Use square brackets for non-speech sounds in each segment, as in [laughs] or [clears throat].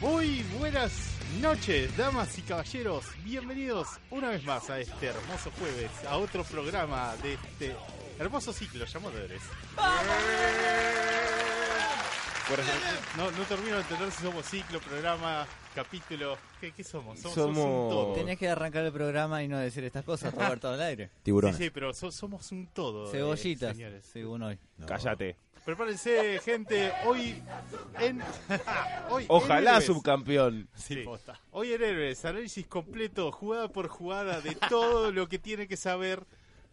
Muy buenas noches, damas y caballeros. Bienvenidos una vez más a este hermoso jueves, a otro programa de este hermoso ciclo llamado Everest. Buenas noches. Eh, No, no termino de entender si somos ciclo, programa, capítulo. ¿Qué, qué somos? Somos- un todo. Tenías que arrancar el programa y no decir estas cosas, Roberto, al [laughs] aire. Sí, Tiburones. sí, pero so- somos un todo. eh, Cebollitas, señores. según hoy. Cállate. Prepárense, gente. Hoy en. [laughs] hoy en Ojalá Everest. subcampeón. Sí. [laughs] Hoy en Héroes, análisis completo, jugada por jugada, de todo lo que tiene que saber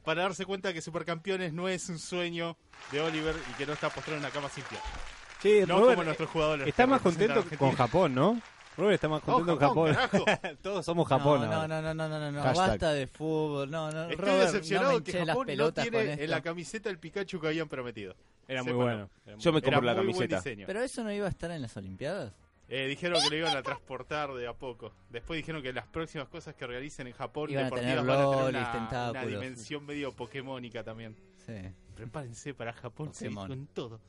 para darse cuenta que Supercampeones no es un sueño de Oliver y que no está postrado en una cama sin piojo. Eh, Che, No Robert, como nuestros jugadores. está que más representan contento a con Argentina. Japón, ¿no? Robert está más contento Oh, con Japón. Japón, [laughs] carajo. [laughs] Todos somos Japón. no, no, ahora. no, no, no, no, no, no, Hashtag. basta de fútbol. No, no, Estoy Robert, decepcionado no me hinché que las Japón no pelotas con tiene esto. en la camiseta el Pikachu que habían prometido. Era muy Sépalo. bueno. Era muy Yo me Era compro la muy buen camiseta. diseño. Pero eso no iba a estar en las Olimpiadas. Eh, dijeron que lo iban a transportar de a poco. Después dijeron que las próximas cosas que organicen en Japón Iban a deportivas tener van a tener lolis, una- una, tentáculos. dimensión medio pokémónica también. Sí, Prepárense para Japón se Pokémon. con todo.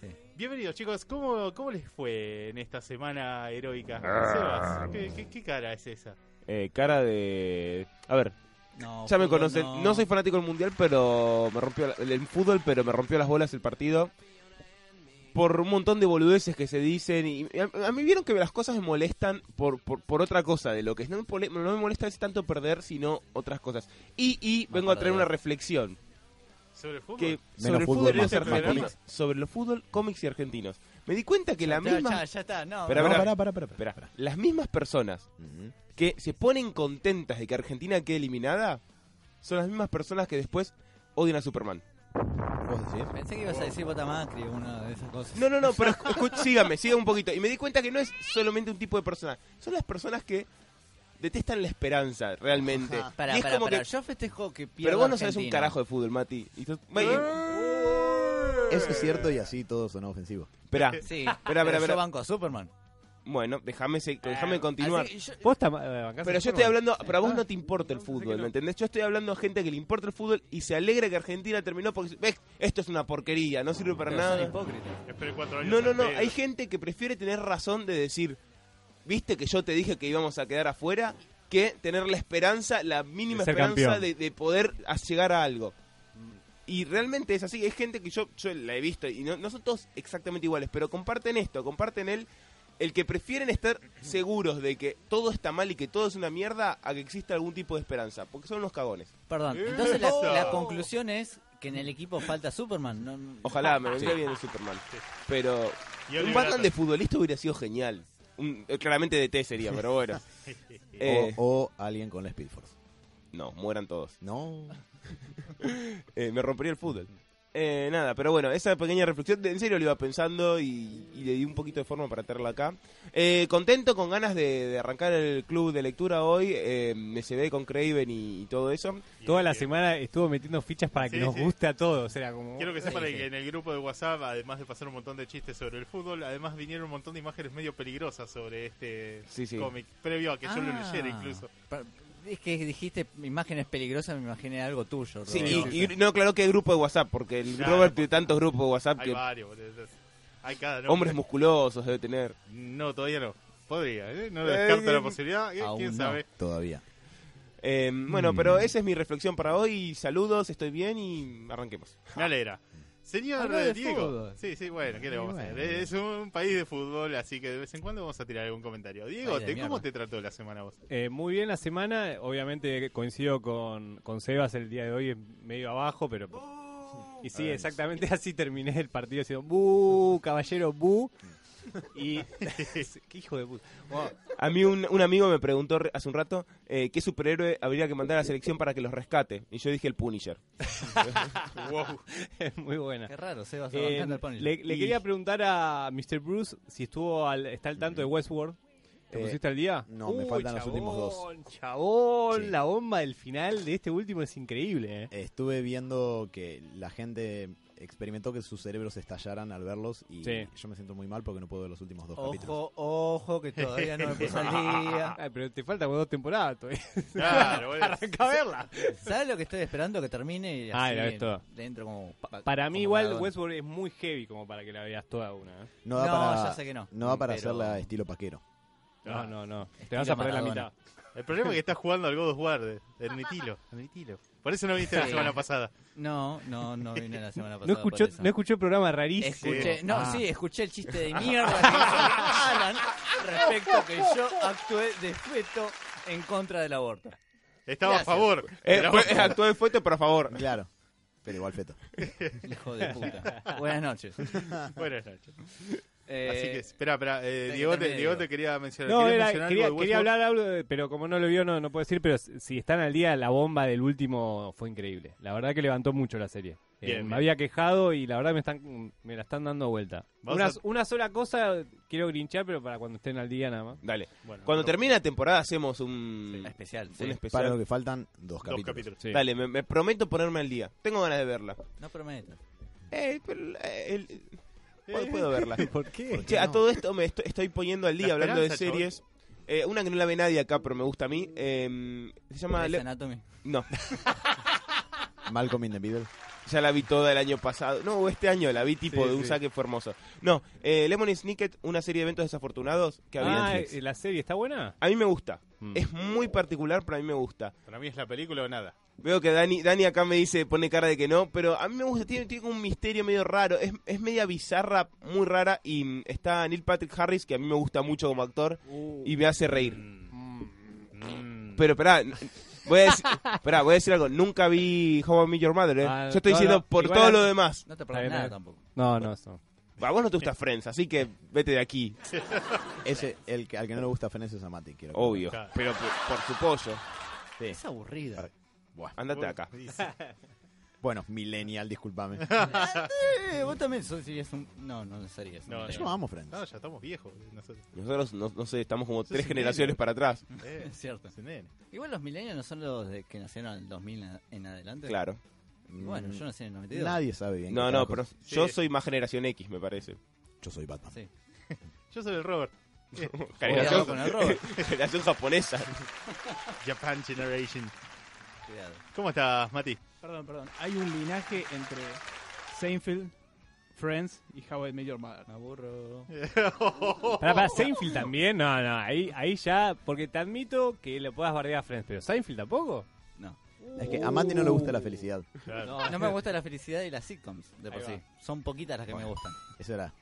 sí. Bienvenidos chicos, ¿cómo, cómo les fue en esta semana heroica? Ah. Sebas, ¿qué, qué- qué cara es esa? Eh, cara de. A ver, No, ya me fútbol conocen. No. soy fanático del mundial, pero me rompió. la- El fútbol, pero me rompió las bolas el partido. Por un montón de boludeces que se dicen. Y y a, a mí vieron que las cosas me molestan por, por, por otra cosa de lo que es. No me, pole- no me molesta es tanto perder, sino otras cosas. Y, y Más vengo a traer perdedor. una reflexión. ¿Sobre el fútbol? Que Menos sobre el fútbol, fútbol, y más los argentinos- cómics. sobre el fútbol, cómics y argentinos. Me di cuenta que la Ya, misma. ya, ya está, no. Espera, No, espera. pará, pará, pará, pará. Esperá, las mismas personas Ujú. que se ponen contentas de que Argentina quede eliminada son las mismas personas que después odian a Superman. ¿Vos decís? Pensé que ibas a decir vota Macri, una de esas cosas. No, no, no, pero escu- escu- sígame, sígame un poquito. Y me di cuenta que no es solamente un tipo de persona, son las personas que detestan la esperanza realmente. Pará, Ah, pará, Y es como pará, que- Yo festejo que pierda pero vos no sabés un Argentina. Ah. carajo de fútbol, Mati. Y sos- Bueno, Eso es cierto y así todo sonó ofensivo. esperá. Sí, Esperá, pero esperá, yo esperá. banco a Superman. Bueno, déjame se- Ah, déjame continuar. Así que yo- Posta, eh, Pero bancás el yo fútbol. estoy hablando, pero a vos Ah. no te importa el que fútbol, no. ¿me entendés? Yo estoy hablando a gente que le importa el fútbol y se alegra que Argentina terminó porque ves, esto es una porquería, no sirve para pero son nada. hipócritas. Esperé cuatro años. No, no, no, al pedo. hay gente que prefiere tener razón de decir, ¿viste que yo te dije que íbamos a quedar afuera? que tener la esperanza, la mínima De ser esperanza campeón. de, de poder a- llegar a algo. Y realmente es así, hay gente que yo, yo la he visto y no, no son todos exactamente iguales, pero comparten esto, comparten el, el que prefieren estar seguros de que todo está mal y que todo es una mierda a que exista algún tipo de esperanza, porque son unos cagones. Perdón, Eso. entonces la, la conclusión es que en el equipo falta Superman. no- no- Ojalá me vendría bien el Superman. Pero Y un Oliver Batman Atom. de futbolista hubiera sido genial. Un- eh, claramente de T sería, [laughs] pero bueno. Eh, O, o alguien con la Speed Force. no, mueran todos. No. Eh, me rompería el fútbol. Eh, nada, pero bueno, esa pequeña reflexión, de- en serio lo iba pensando y, y le di un poquito de forma para tenerla acá. Eh, contento, con ganas de, de arrancar el club de lectura hoy, eh, me se ve con Craven y, y todo eso. Toda la semana estuvo metiendo fichas para que Sí, nos sí. guste a todos. Era como. Quiero que sepan Sí, sí. que en el grupo de WhatsApp, además de pasar un montón de chistes sobre el fútbol, además vinieron un montón de imágenes medio peligrosas sobre este Sí, sí. cómic, previo a que yo lo Ah. leyera incluso. Pa- Es que dijiste imágenes peligrosas, me imaginé algo tuyo. Sí, Robert. y, y no aclaró qué grupo de WhatsApp, porque el Claro, Robert porque- tiene tantos grupos de WhatsApp Hay que varios, boludo. hay cada nombre. hombres musculosos debe tener. No, todavía no. Podría, ¿eh? no Eh, descarto la eh, posibilidad. eh, aún ¿Quién no. sabe? Todavía. Eh, bueno, pero esa es mi reflexión para hoy. Saludos, estoy bien y arranquemos. Me alegra. Señor Habló de Diego. fútbol. Sí, sí, bueno, ¿qué le Y vamos a bueno. hacer? Es un país de fútbol, así que de vez en cuando vamos a tirar algún comentario. Diego, Ay, de ¿te- ¿cómo mierda. te trató la semana vos? Eh, muy bien la semana. Obviamente coincido con, con Sebas el día de hoy, es medio abajo, pero Oh. Y sí, exactamente así terminé el partido diciendo, bu, caballero, [laughs] bu. Y... ¿Qué hijo de puta? Bueno, A mí un, un amigo me preguntó re- hace un rato eh, qué superhéroe habría que mandar a la selección para que los rescate. Y yo dije el Punisher. es muy buena. Qué raro, Sebas Eh, bancando el Punisher. le, le quería preguntar a Mr. Bruce si estuvo al, está al tanto de Westworld. ¿Te Eh, pusiste al día? no, me faltan los últimos dos. Chabón, Sí. la bomba del final de este último es increíble. ¿eh? Estuve viendo que la gente experimentó que sus cerebros estallaran al verlos y Sí. yo me siento muy mal porque no puedo ver los últimos dos capítulos. Ojo, ojo, que todavía no me puse al día. [laughs] Ay, pero te faltan como dos temporadas todavía. Claro, bueno. Arranca a verla. ¿Sabes lo que estoy esperando? Que termine y Ah, así la ves toda. dentro como... Para mí como igual dragón. Westworld es muy heavy como para que la veas toda una. ¿eh? No da No, para, ya sé que no, da para pero- hacerla estilo paquero. No, Ah. no, no. Te Estilo vas a perder la Maradona. mitad. El problema es que estás jugando al God of War de, del Nitilo. Al Nitilo. Por eso no viniste la Sí. semana pasada. No, no, no vine la semana pasada. [laughs] No por escuchó, eso. no escuchó el programa rarísimo. Escuché, no, Ah. sí, escuché el chiste [laughs] de mierda que hizo Alan respecto a que yo actué de feto en contra del aborto. Estaba Gracias. a favor. Eh, Pero- fue- eh, actuó de fuerte, por favor. Claro. Pero [laughs] igual feto. Hijo de puta. Buenas noches. Buenas noches. Eh, Así que, espera, espera. eh, que Diego, te, termine, Diego Diego. te quería mencionar. No, ¿Querías era- mencionar quería, algo de quería Westworld? hablar algo, de- pero como no lo vio, no, no puedo decir. Pero s- si están al día, la bomba del último fue increíble. La verdad que levantó mucho la serie. Eh, Bien, me bien. había quejado y la verdad me están me la están dando vuelta. Vamos Una, a- s- una sola cosa quiero grinchar, pero para cuando estén al día nada más. Dale. Bueno, Cuando no, termine la temporada hacemos un, especial, un sí. especial. Para lo que faltan dos Dos capítulos. capítulos. Sí. Dale, me, me prometo ponerme al día. Tengo ganas de verla. No prometo. Eh, pero, eh, el- ¿Cuándo puedo verla? ¿Por qué? Che, a todo esto me esto- estoy, poniendo al día La hablando de esperanza, series. Eh, una que no la ve nadie acá, pero me gusta a mí. eh, se llama... Grey's Le- Anatomy. no, Malcolm in [laughs] the Middle. ya la vi toda el año pasado. No, o este año la vi tipo Sí, de un sí. saque formoso. No, eh, Lemon Snicket, una serie de eventos desafortunados que había en Ah, Netflix. eh, la serie está buena. A mí me gusta. Mm. Es muy particular, pero a mí me gusta. Para mí es la película o nada. Veo que Dani, Dani acá me dice, pone cara de que no, pero a mí me gusta, tiene, tiene como un misterio medio raro, es, es media bizarra, muy rara, y mm, está Neil Patrick Harris, que a mí me gusta mucho como actor, Uh. y me hace reír. Mm. Pero esperá, n- voy a, [laughs] decir, esperá, voy a decir algo, nunca vi How I Met Your Mother, ¿eh? Ah, Yo estoy no, diciendo no, por igual todo a- lo demás. No te Está prometo bien, nada eh. tampoco. No, no, eso. A vos no te gusta Friends, así que vete de aquí, Ese, el que, al que no le gusta Fenes es a Mati, quiero que- obvio, Claro. pero por, por su pollo, Es aburrida. Buah. andate de acá. Y sí. Bueno, [laughs] millennial, discúlpame. Eh, vos también sos, serías un... No, no lo serías. No, No, no. Yo amo Friends. No, ya estamos viejos. [laughs] Nosotros. Nosotros, no, no sé, estamos como Sos tres un generaciones nene. para atrás, Eh, Es cierto. ese nene. Igual los milenios no son los de que nacieron en el 2000 a- en adelante. claro. Y Bueno, yo nací en el 92. Nadie sabe bien. No, qué no, pero carajos- yo Sí. soy más generación X, me parece. Yo soy Batman. Sí. Yo soy el Robert. Cuidado Generación, con el [laughs] Robert. generación japonesa. Japan Generation. Cuidado. ¿Cómo estás, Mati? Perdón, perdón. Hay un linaje entre Seinfeld, Friends y How I Met Your Mother. Me aburro. Para, para Seinfeld también, no, no, ahí, ahí ya, porque te admito que le puedas bardear a Friends, pero Seinfeld tampoco. No. Es que a Mati no le gusta Uh. la felicidad. Claro. No me gusta la felicidad y las sitcoms, de por Ahí sí. Son poquitas las que me gustan. Eso era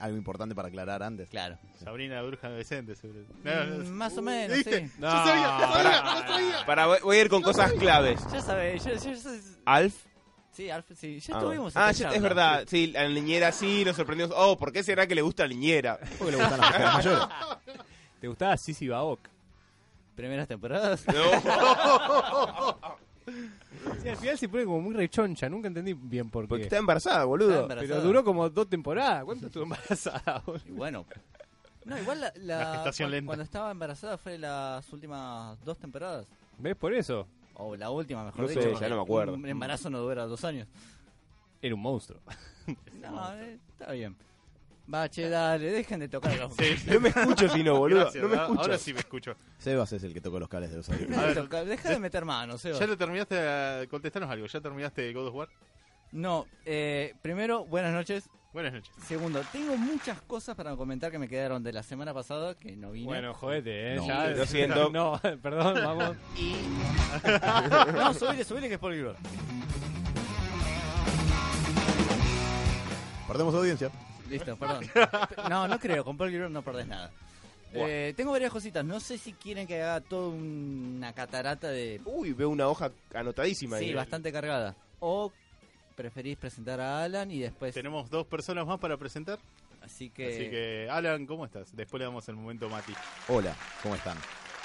algo importante para aclarar antes. Claro. Sabrina Bruja Adolescente, seguro. Mm, más o menos, ¿Viste? sí. No, Yo sabía, yo sabía, pará. yo sabía. Para, voy- voy a ir con cosas claves. Ya sabés, yo, yo, yo- Alf. sí, Alf, sí, ya Ah, estuvimos. ah, esta ya- charla. es verdad. Sí, la niñera sí, nos sorprendimos. Oh, ¿por qué será que le gusta la [laughs] niñera? Porque le gustan las mujeres mayores. ¿Te gustaba Sissy Baok? Primeras temporadas. No, Sí, al final se pone como muy rechoncha, nunca entendí bien por porque qué. está embarazada, Está boludo. embarazada. Pero duró como dos temporadas, ¿cuánto estuvo embarazada? boludo? Y bueno. No, igual la, la- La gestación cuan- lenta. cuando estaba embarazada fue las últimas dos temporadas. ¿Ves por eso? O la última, mejor No dicho. sé, porque ya no me acuerdo. Un embarazo no dura dos años. Era un monstruo. No, eh, está bien. Va, che, dale, dejen de tocar los Sí. No me escucho si no, boludo. Gracias, no me ¿verdad? escucho. Ahora sí me escucho. Sebas es el que tocó los cables de los audífonos. A ver, Deja de meter manos, Seba. ¿Ya lo terminaste? eh, Contestanos algo. ¿Ya terminaste God of War? No, eh, primero, buenas noches. Buenas noches. Segundo, tengo muchas cosas para comentar que me quedaron de la semana pasada que no vine. Bueno, jodete, ¿eh? No, ya, lo siento. No, [laughs] perdón, vamos. [laughs] Y... no, subile, subile que es por el libro. Perdemos audiencia. [laughs] Listo, perdón. No, no creo, con Paul Girón no perdés nada. Eh, tengo varias cositas, no sé si quieren que haga toda una catarata de... Uy, veo una hoja anotadísima Sí, ahí. bastante cargada. O preferís presentar a Alan y después. Tenemos dos personas más para presentar. Así que. Así que, Alan, ¿cómo estás? Después le damos el momento a Mati. Hola, ¿cómo están?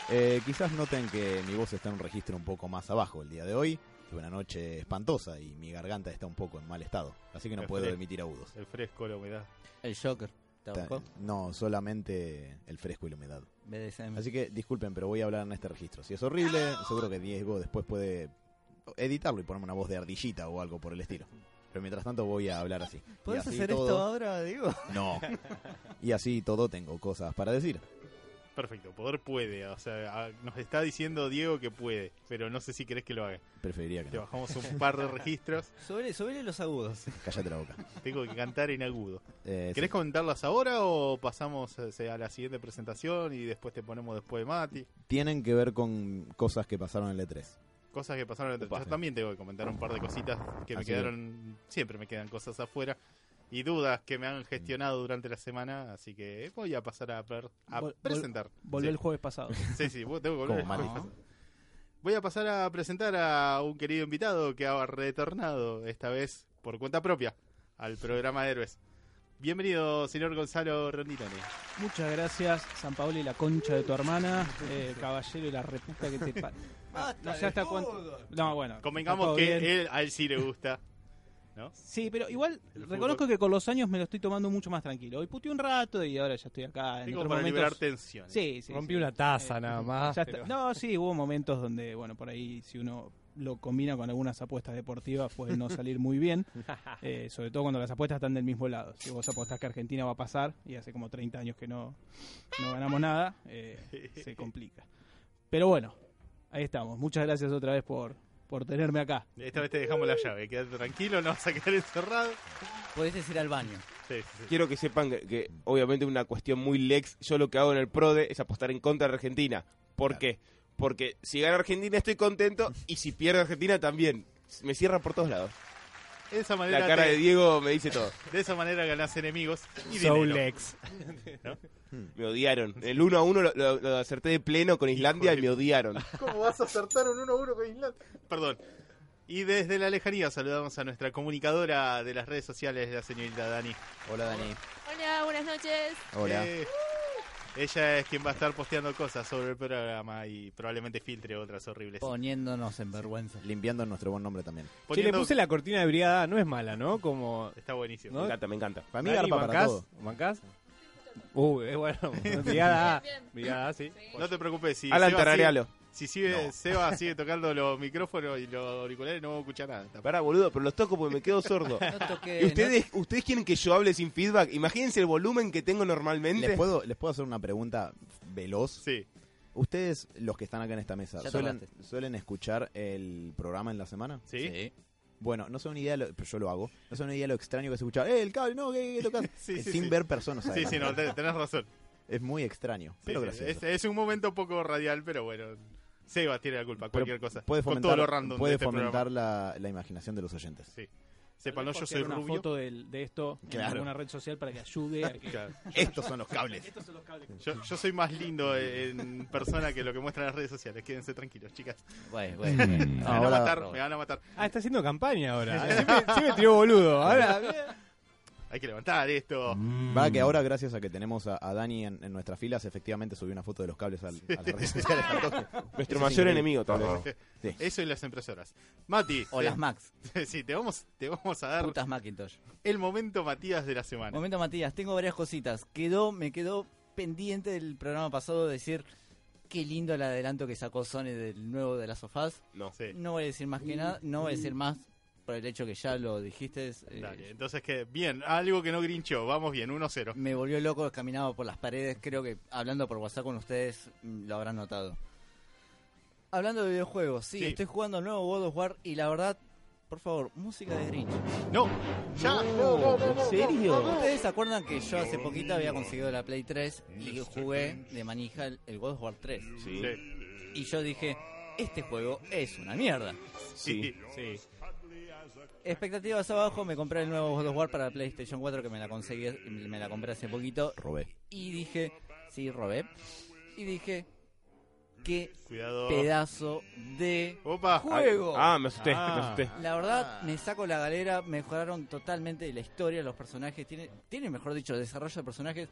Eh, quizás noten que mi voz está en un registro un poco más abajo el día de hoy. Tuve una noche espantosa y mi garganta está un poco en mal estado, así que no Me puedo fre- emitir agudos. El fresco, la humedad. El Joker. ¿Te Ta- buscó? No, solamente el fresco y la humedad. BDSM. Así que disculpen, pero voy a hablar en este registro. Si es horrible, seguro que Diego después puede editarlo y ponerme una voz de ardillita o algo por el estilo. Pero mientras tanto voy a hablar así. Y ¿Puedes así hacer esto todo- ahora, [laughs] digo? No. Y así todo tengo cosas para decir. Perfecto, poder puede. O sea, a- nos está diciendo Diego que puede, pero no sé si querés que lo haga. Preferiría que Te no. bajamos un par de registros. Sobre, sobre los agudos. Cállate la boca. Tengo que cantar en agudo. Eh, ¿Querés comentarlas ahora o pasamos eh, sea, a la siguiente presentación y después te ponemos después de Mati? tienen que ver con cosas que pasaron en el E E3. Cosas que pasaron entre Upa. Yo también te voy a comentar un par de cositas que me Así quedaron. Siempre me quedan cosas afuera y dudas que me han gestionado durante la semana. Así que voy a pasar a, per- a Vol- vol- presentar. Volvió Sí. el jueves pasado. Sí, sí, vos- tengo que volver. Como Mati. No. [laughs] Voy a pasar a presentar a un querido invitado que ha retornado, esta vez por cuenta propia, al programa de héroes. Bienvenido, señor Gonzalo Rondinone. Muchas gracias, San Paolo y la concha de tu hermana, [laughs] eh, caballero y la reputa que te pa- Ah, no, ya está cuan- No, bueno. está Convengamos todo que bien. él, a él sí le gusta. Sí, pero igual El fútbol. reconozco que con los años me lo estoy tomando mucho más tranquilo. Hoy puteé un rato y ahora ya estoy acá. [laughs] En Digo, otros para momentos- liberar tensiones. Sí, sí. Rompí sí. una taza Eh, nada más. Ya está. pero- No, sí, hubo momentos donde, bueno, por ahí si uno lo combina con algunas apuestas deportivas puede no salir muy [laughs] bien, Eh, sobre todo cuando las apuestas están del mismo lado. Si vos apostás que Argentina va a pasar y hace como 30 años que no, no ganamos nada, eh, se complica. Pero bueno, ahí estamos. Muchas gracias otra vez por, por tenerme acá. Esta vez te dejamos la llave, quédate tranquilo, no vas a quedar encerrado. Podés ir al baño. Sí, sí, sí. Quiero que sepan que, que, obviamente una cuestión muy lex, yo lo que hago en el PRODE es apostar en contra de Argentina. ¿Por qué? Porque si gana Argentina estoy contento y si pierde Argentina también. Me cierra por todos lados. De esa manera, La cara te- de Diego me dice todo. de esa manera ganás enemigos y dinero. Soulex. Me odiaron. El 1 a 1 lo, lo- lo acerté de pleno con Islandia y me odiaron. ¿Cómo vas a acertar un 1-1 con Islandia? Perdón. Y desde la lejanía saludamos a nuestra comunicadora de las redes sociales, la señorita Dani. Hola Dani. Hola, buenas noches. Hola. Eh, ella es quien va a estar posteando cosas sobre el programa y probablemente filtre otras horribles. Poniéndonos [laughs] en vergüenza. Limpiando nuestro buen nombre también. Che, le Poniendo- puse la cortina de brigada, no es mala, ¿no? Como. Está buenísimo. Me ¿No? encanta, me encanta. Para mí Dani, garpa para ¿bancás? todo. ¿Bancás? Uh, es [laughs] bueno. brigada A. Bien, bien. Brigada A, sí. No te preocupes, si Seba Alan, sigue, tararealo. si sigue- Seba sigue tocando los micrófonos y los auriculares no vamos a escuchar nada. Tampoco. Pará, boludo, pero los toco porque me quedo [laughs] sordo. Eh, No toqué. ¿Y ustedes, ustedes quieren que yo hable sin feedback? Imagínense el volumen que tengo normalmente. ¿Les puedo, les puedo hacer una pregunta veloz? Sí. Ustedes, los que están acá en esta mesa, Ya suelen, suelen escuchar el programa en la semana? no- ¿Sí? Sí. Bueno, no son una idea, lo- pero yo lo hago. No son una idea lo extraño que es escuchar, ¡eh, el cable, no, que tocas! [laughs] Sí, Eh, sí, sin sí. ver personas. Sí, además. sí, no, te- tenés razón. Es muy extraño, Sí, [laughs] pero sí, gracioso. es, este, es un momento poco radial, pero bueno. Seba tiene la culpa, Pero cualquier cosa. Puede con todo lo fomentar, random de puede este fomentar programa. la, la imaginación de los oyentes. Sí. Sepan, no, yo Postear soy una rubio. foto del- de, esto en Claro. alguna red social para que ayude a [laughs] que... Claro. [laughs] Estos son los cables. Estos son los cables. Yo, yo soy más lindo en persona que lo que muestran las redes sociales. Quédense tranquilos, chicas. Bueno, bueno, bueno. Me van Ahora- a matar, me van a matar. Ah, está haciendo campaña ahora. ¿eh? Siempre, siempre tiró boludo. [laughs] Ahora. mm. Hay que levantar esto. Va que ahora, gracias a que tenemos a, a Dani en, en nuestras filas, efectivamente subió una foto de los cables al, a las redes sociales. al toque. Eso Nuestro es mayor increíble. enemigo, tal vez. Sí. Eso y las impresoras. Mati, O las Macs. te, [laughs] sí, te vamos, te vamos a dar Putas Macintosh. el momento Matías de la semana. Momento, Matías, tengo varias cositas. Quedó, me quedó pendiente del programa pasado decir qué lindo el adelanto que sacó Sony del nuevo de las sofás. No. Sí, No voy a decir más que nada, no voy a decir más por el hecho que ya lo dijiste. eh, dale. Entonces, que bien, algo que no grinchó. Vamos bien, 1-0. me volvió loco, caminaba por las paredes, creo que hablando por WhatsApp con ustedes mm, lo habrán notado. Hablando de videojuegos, sí, Sí. estoy jugando el nuevo God of War y la verdad, por favor, música de Grinch. No, ya. ¿En serio? ¿Ustedes se acuerdan que yo hace poquito había conseguido la Play 3 y jugué de manija el, el God of War 3? Sí. [laughs] Sí, Y yo dije, este juego es una mierda. Sí. sí. Expectativas abajo, me compré el nuevo God of War para PlayStation 4 que me la conseguí, me la compré hace poquito Robé. y dije, sí, robé. Y dije, qué Cuidado. pedazo de Opa. juego. Ah, me asusté, Ah. me asusté. La verdad, me saco la galera, mejoraron totalmente la historia, los personajes, tiene, tiene mejor dicho, desarrollo de personajes.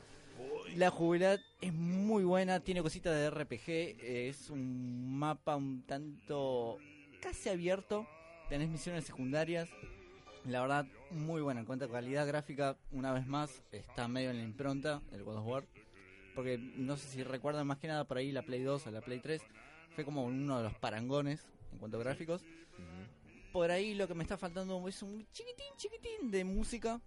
La jubilad es muy buena, tiene cositas de RPG, eh, es un mapa un tanto casi abierto, tenés misiones secundarias, la verdad muy buena, en cuanto a calidad gráfica, una vez más, está medio en la impronta el God of War, porque no sé si recuerdan más que nada por ahí la Play 2 o la Play 3, fue como uno de los parangones en cuanto a gráficos por ahí lo que me está faltando es un chiquitín, chiquitín de música.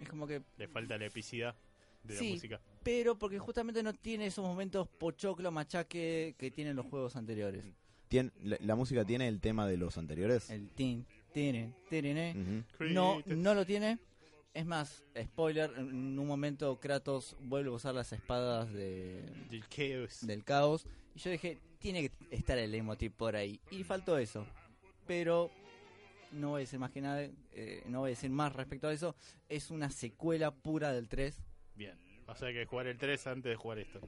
Es como que. Le falta la epicidad de Sí. la música. Pero porque justamente no tiene esos momentos pochoclo, machaque que tienen los juegos anteriores. Tien- la, la música tiene el tema de los anteriores. El tin, tiene, tiene. Ujú. No, no lo tiene. Es más, spoiler: en un momento Kratos vuelve a usar las espadas de, Del Chaos. del caos. Y yo dije: tiene que estar el emotipo por ahí. Y faltó eso. pero no voy a decir más que nada, eh, no voy a decir más respecto a eso. Es una secuela pura del 3, Bien. O sea que jugar el 3 antes de jugar esto.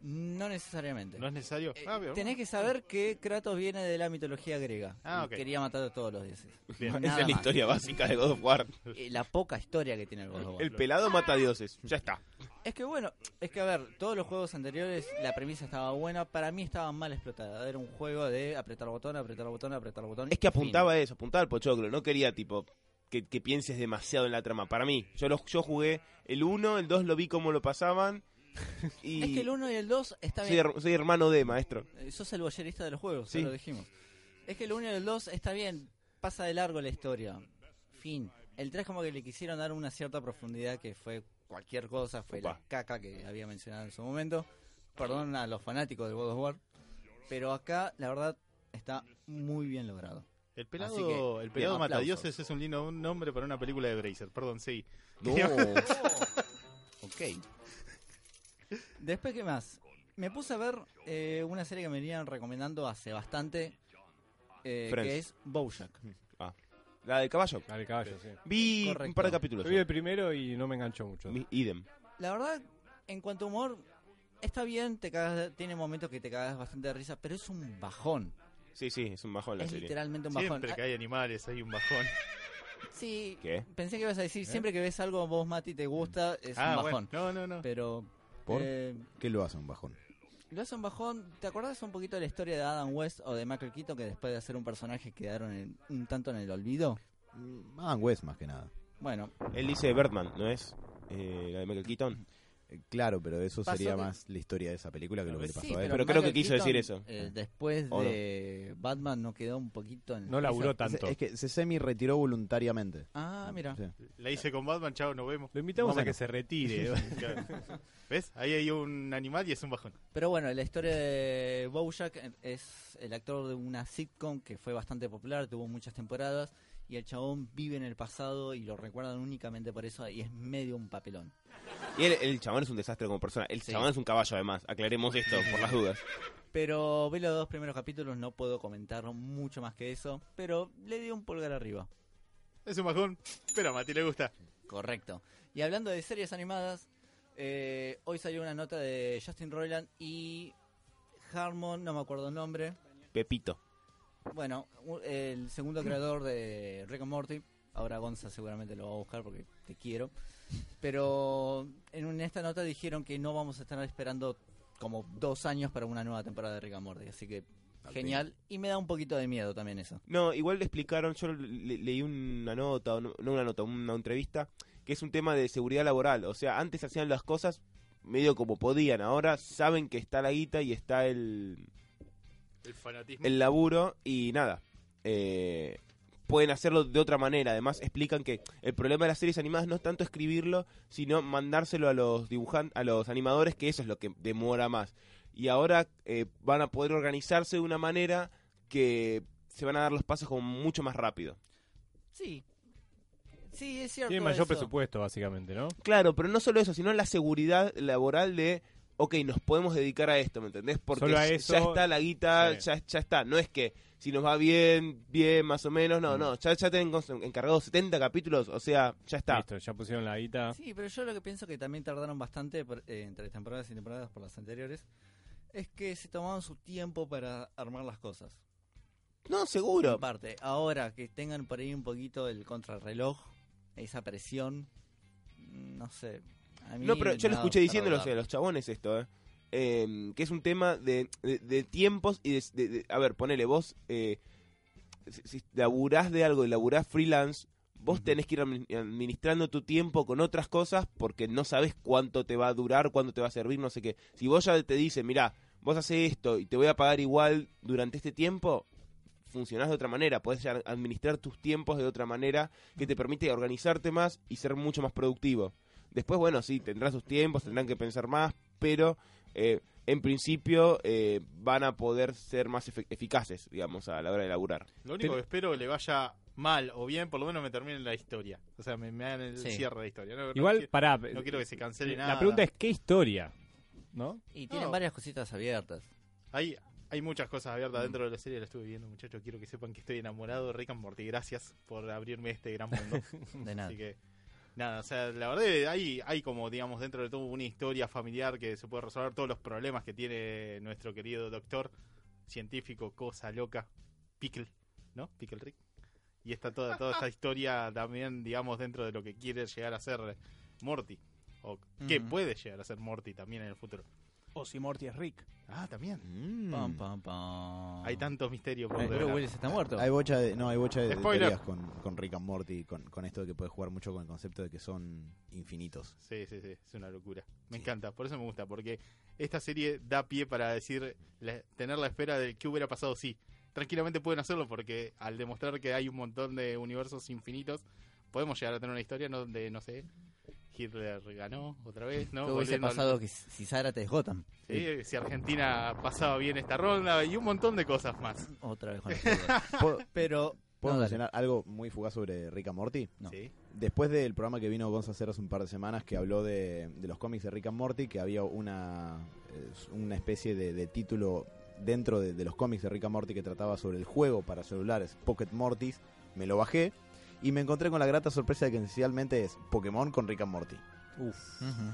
no necesariamente. ¿No es necesario? Eh, Ah, bien. tenés que saber que Kratos viene de la mitología griega. Ah, ok. Y Quería matar a todos los dioses. Bien. Nada Esa es la más. historia básica de God of War. Eh, la poca historia que tiene el God of War. El pelado mata dioses, ya está. Es que bueno, es que a ver, todos los juegos anteriores la premisa estaba buena, para mí estaba mal explotada. Era un juego de apretar botón, apretar botón, apretar botón. Es que apuntaba a eso, apuntaba al pochoclo. No quería, tipo, que, que pienses demasiado en la trama. Para mí, yo, los- yo jugué el 1, el 2 lo vi cómo lo [laughs] pasaban. Y Es que el 1 y el 2 está soy, bien. her- soy hermano de, maestro. Eh, Sos el boyerista de los juegos, ya Sí. lo dijimos. Es que el 1 y el 2 está bien, pasa de largo la historia. Fin. El 3 como que le quisieron dar una cierta profundidad que fue cualquier cosa, fue Opa. la caca que había mencionado en su momento. Perdón a los fanáticos de God of War, pero acá la verdad está muy bien logrado. El Así pelado, que, el pelado bien, Matadioses es un lindo un nombre para una película de Bracer. Perdón, sí. No. [laughs] ok. Después, ¿qué más? Me puse a ver eh, una serie que me venían recomendando hace bastante, eh, Friends. que es Bojack. La del caballo. Al caballo, sí. Vi un Correcto. par de capítulos. Yo vi el primero y no me enganchó mucho. Mi- idem. La verdad, en cuanto a humor, está bien, te cagas, de- tiene momentos que te cagas bastante de risa, pero es un bajón. Sí, sí, es un bajón la Es serie. literalmente un bajón. Siempre que hay animales hay un bajón. Ah, sí, ¿Qué? pensé que ibas a decir, siempre que ves algo vos, Mati, te gusta, [laughs] es ¿Eh? ah, un bueno. bajón. No, no, no. Pero... ¿Por? eh, ¿Qué lo hace un bajón? lo hace un bajón. ¿Te acordás un poquito de la historia de Adam West o de Michael Keaton que después de hacer un personaje quedaron en- un tanto en el olvido? Mm, Adam West, más que nada. Bueno, Él dice Birdman, ¿no es? Eh, la de Michael Keaton. Eh, Claro, pero eso Pasó sería que- más la historia de esa película que lo que le pasó pues sí, a él. ¿eh? pero- creo que Michael quiso decir eso. eh, después ¿O no? de Batman no quedó un poquito en... el No laburó piso. Es- tanto. Es, que se semi retiró voluntariamente. Ah, mira. Sí. La hice con Batman, chao, nos [laughs] vemos. Lo invitamos Más o a que menos. [laughs] se retire. [laughs] Claro. ¿Ves? Ahí hay un animal y es un bajón. Pero bueno, la historia de Bojack eh, es el actor de una sitcom que fue bastante popular, tuvo muchas temporadas y el chabón vive en el pasado y lo recuerdan únicamente por eso y es medio un papelón. Y él- el chabón es un desastre como persona. El Sí. chabón es un caballo, además. Aclaremos esto por las dudas. Pero vi los dos primeros capítulos, no puedo comentar mucho más que eso, pero le di un pulgar arriba. Es un bajón, pero a Mati le gusta. Correcto. Y hablando de series animadas, eh, hoy salió una nota de Justin Roiland y Harmon, no me acuerdo el nombre, Pepito. Bueno, u- el segundo creador de Rick and Morty. Ahora Gonza seguramente lo va a buscar porque te quiero. Pero en un- esta nota dijeron que no vamos a estar esperando como dos años para una nueva temporada de Rick and Morty. Así que genial. Y me da un poquito de miedo también eso. No, igual le explicaron, yo le- leí una nota, o no, no una nota, una entrevista, que es un tema de seguridad laboral. O sea, antes hacían las cosas medio como podían, ahora saben que está la guita y está el, El fanatismo. el laburo y nada. Eh, pueden hacerlo de otra manera. Además, explican que el problema de las series animadas no es tanto escribirlo, sino mandárselo a los dibujantes, a los animadores, que eso es lo que demora más. Y ahora eh, van a poder organizarse de una manera que se van a dar los pasos como mucho más rápido. Sí. Sí, es cierto. Tiene mayor eso. presupuesto, básicamente, ¿no? Claro, pero no solo eso, sino la seguridad laboral de, ok, nos podemos dedicar a esto, ¿me entendés? Porque Solo a ya- eso, ya está la guita, sí. ya, ya está. No es que si nos va bien, bien, más o menos, Mm. no, no. Ya, ya tienen cons- encargados 70 capítulos, o sea, ya está. Listo, ya pusieron la guita. Sí, pero yo lo que pienso que también tardaron bastante por- eh, entre temporadas y temporadas por las anteriores. Es que se tomaban su tiempo para armar las cosas. No, seguro. En parte, ahora que tengan por ahí un poquito el contrarreloj, esa presión, no sé. a mí No, pero yo me lo da escuché para diciéndolo dudar. a los chabones esto, ¿eh? Eh, que es un tema de, de- de tiempos y de, de- de- A ver, ponele, vos... eh, si, si laburás de algo y laburás freelance, vos tenés que ir admi- administrando tu tiempo con otras cosas porque no sabes cuánto te va a durar, cuánto te va a servir, no sé qué. Si vos ya te dicen, mirá, vos haces esto y te voy a pagar igual durante este tiempo, funcionás de otra manera, podés ya administrar tus tiempos de otra manera que te permite organizarte más y ser mucho más productivo. Después, bueno, sí, tendrás sus tiempos, tendrán que pensar más, pero eh, en principio eh, van a poder ser más efe- eficaces, digamos, a la hora de laburar. Lo único que espero que le vaya mal o bien, por lo menos me terminen la historia. O sea, me, me hagan el Sí. cierre de la historia. No- no Igual, quiero- pará. no, quiero que se cancele nada. La pregunta es, ¿qué historia? ¿No? Y tienen No. varias cositas abiertas. Hay, hay muchas cosas abiertas Mm. dentro de la serie, la estuve viendo, muchachos. Quiero que sepan que estoy enamorado de Rick and Morty. Gracias por abrirme este gran mundo. [laughs] De nada. Así que, nada, o sea, la verdad hay, hay como, digamos, dentro de todo una historia familiar que se puede resolver todos los problemas que tiene nuestro querido doctor, científico, cosa loca, Pickle, ¿no? Pickle Rick. Y está toda, toda esta historia también, digamos, dentro de lo que quiere llegar a ser Morty. O que Ujú. puede llegar a ser Morty también en el futuro. O si Morty es Rick. Ah, también. Mm. Pam, pam, pam. Eh, Hay tantos misterios por Pero develar. Willis está muerto. Hay bocha de, no, hay bocha de, de Spoiler. teorías con, con Rick and Morty, con, con esto de que puedes jugar mucho con el concepto de que son infinitos. Sí, sí, sí, es una locura. Me Sí. encanta, por eso me gusta, porque esta serie da pie para decir, la- tener la espera del que hubiera pasado sí. Tranquilamente pueden hacerlo porque al demostrar que hay un montón de universos infinitos, podemos llegar a tener una historia ¿no? donde, no sé, Hitler ganó otra vez, ¿no? ¿Qué hubiese Volviendo al- pasado que si si Zárate es Gotham? Sí, si Argentina pasaba bien esta ronda y un montón de cosas más. Otra vez con el [laughs] fútbol. ¿Puedo, [laughs] Pero. puedo no, dale. mencionar algo muy fugaz sobre Rick and Morty? No. Sí. Después del programa que vino Gonza hacer hace un par de semanas, que habló de, de los cómics de Rick and Morty, que había una, eh, una especie de, de título dentro de, de los cómics de Rick and Morty que trataba sobre el juego para celulares Pocket Mortis, me lo bajé y me encontré con la grata sorpresa de que esencialmente es Pokémon con Rick and Morty. Ujú.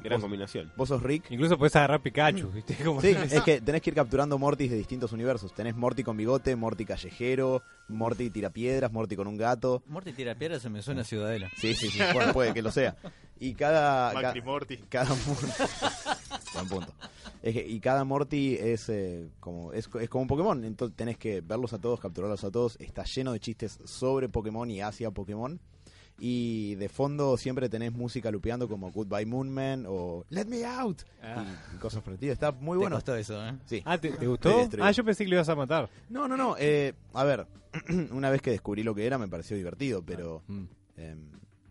Gran combinación. Vos sos Rick, Incluso podés agarrar Pikachu, ¿viste? [laughs] Como Sí, es que tenés que ir capturando Mortis de distintos universos. Tenés Morty con bigote, Morty callejero, Morty tirapiedras, Morty con un gato. Morty tira piedra se me suena a Ciudadela. Sí, sí, sí, bueno, puede que lo sea. Y cada... ca- Macri Morty. cada Morty... Buen punto. Es que- y cada Morty es, eh, como, es, es como un Pokémon. Entonces tenés que verlos a todos, capturarlos a todos. Está lleno de chistes sobre Pokémon y hacia Pokémon. Y de fondo siempre tenés música lupeando como Goodbye Moonman o Let Me Out y, y cosas por el estilo. Está muy Ah. Te bueno. costó eso, ¿eh? Sí. Ah, ¿te, te Estoy gustó? destruido. Ah, yo pensé que lo ibas a matar. No, no, no. eh, a ver, [clears throat] una vez que descubrí lo que era me pareció divertido, pero Mm. em,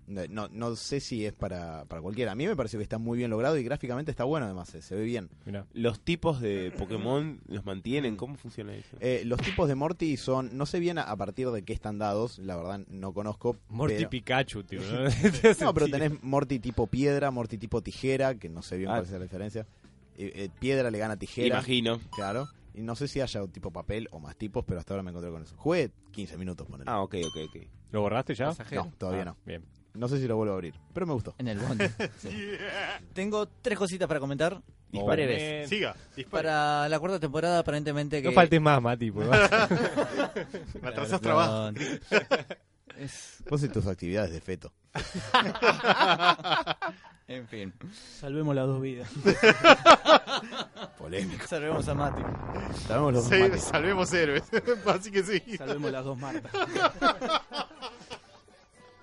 no, no sé si es para, para cualquiera. A mí me pareció que está muy bien logrado y gráficamente está bueno además, eh, se ve bien. Mirá. Los tipos de Pokémon los mantienen. ¿Cómo funciona eso? Eh, los tipos de Morty son, no sé bien a, a partir de qué están dados, la verdad no conozco. Morty pero- Pikachu, tío. ¿no? [laughs] Te [laughs] hace No, [laughs] pero sentido. tenés Morty tipo piedra, Morty tipo tijera, que no sé bien Ah. cuál es la diferencia. Eh, eh, piedra le gana a tijera. Imagino. Claro. Y no sé si haya un tipo papel o más tipos, pero hasta ahora me encontré con eso. Jugué 15 minutos, ponele. Ah, ok, ok, ok. ¿Lo borraste ya? no, todavía Ah, no. Bien. No sé si lo vuelvo a abrir, pero me gustó. En el bondi. Tengo tres cositas para comentar. Oh. Dispare. breves. Bien. Siga, dispara. Para la cuarta temporada, aparentemente que. No faltes más, Mati. pues, por [laughs] favor. Me atrasás trabajo. [laughs] Es- Vos y tus actividades de feto. En fin. Salvemos las dos [laughs] vidas. Polémico. Salvemos a Mati. [laughs] Sabemos los dos Sí, mates. salvemos héroes. [laughs] Así que sí. Salvemos las dos Martas.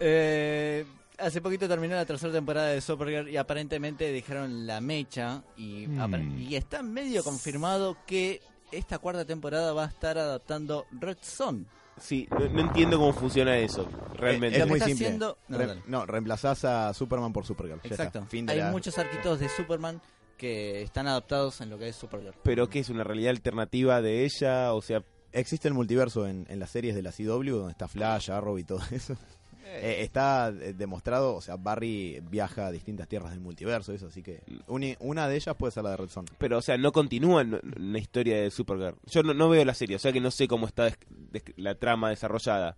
Eh, hace poquito terminó la tercera temporada de Supergirl y aparentemente dejaron la mecha y, Mm. apar- y está medio confirmado que esta cuarta temporada va a estar adaptando Red Son. Sí, no, no entiendo cómo funciona eso. Realmente. Es Lo que muy está simple. haciendo- no, Re- dale. no, reemplazás a Superman por Supergirl. Ya Exacto. está. Fin de Hay la- muchos arquitos de Superman que están adaptados en lo que es Supergirl. Pero que es una realidad alternativa de ella, o sea, Existe el multiverso en, en las series de la CW, donde está Flash, Arrow y todo [laughs] eso. Eh, está eh, demostrado, o sea, Barry viaja a distintas tierras del multiverso, eso, así que uni- una de ellas puede ser la de Red Son. pero o sea, no continúa n- n- la historia de Supergirl. Yo no, no veo la serie, o sea que no sé cómo está des- des- la trama desarrollada.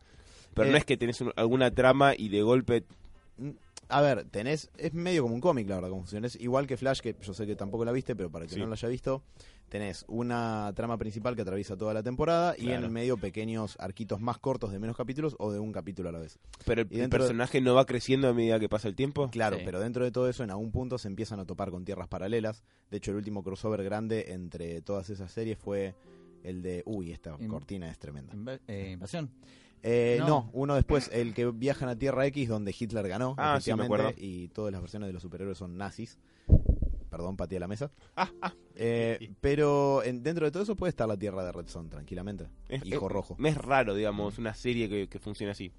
Pero Eh. no es que tenés un- alguna trama y de golpe A ver, tenés. Es medio como un cómic, la verdad, como funciona. Es igual que Flash, que yo sé que tampoco la viste, pero para que Sí. no la haya visto, Tenés una trama principal que atraviesa toda la temporada y en Claro. el medio pequeños arquitos más cortos de menos capítulos o de un capítulo a la vez. Pero el, Y el dentro- personaje no va creciendo a medida que pasa el tiempo. Claro, Sí. pero dentro de todo eso, en algún punto se empiezan a topar con tierras paralelas. De hecho, el último crossover grande entre todas esas series fue el de. Uy, esta Em- cortina es tremenda. Inva- eh, invasión. Eh, No. no. uno después, el que viajan a Tierra X, donde Hitler ganó, Ah, sí, me efectivamente, acuerdo. y todas las versiones de los superhéroes son nazis. Perdón, patí a la mesa. Ah, Eh, pero en- dentro de todo eso puede estar la Tierra de Red Son, tranquilamente. Es- Hijo es- rojo. Me es raro, digamos, una serie que, que funcione así.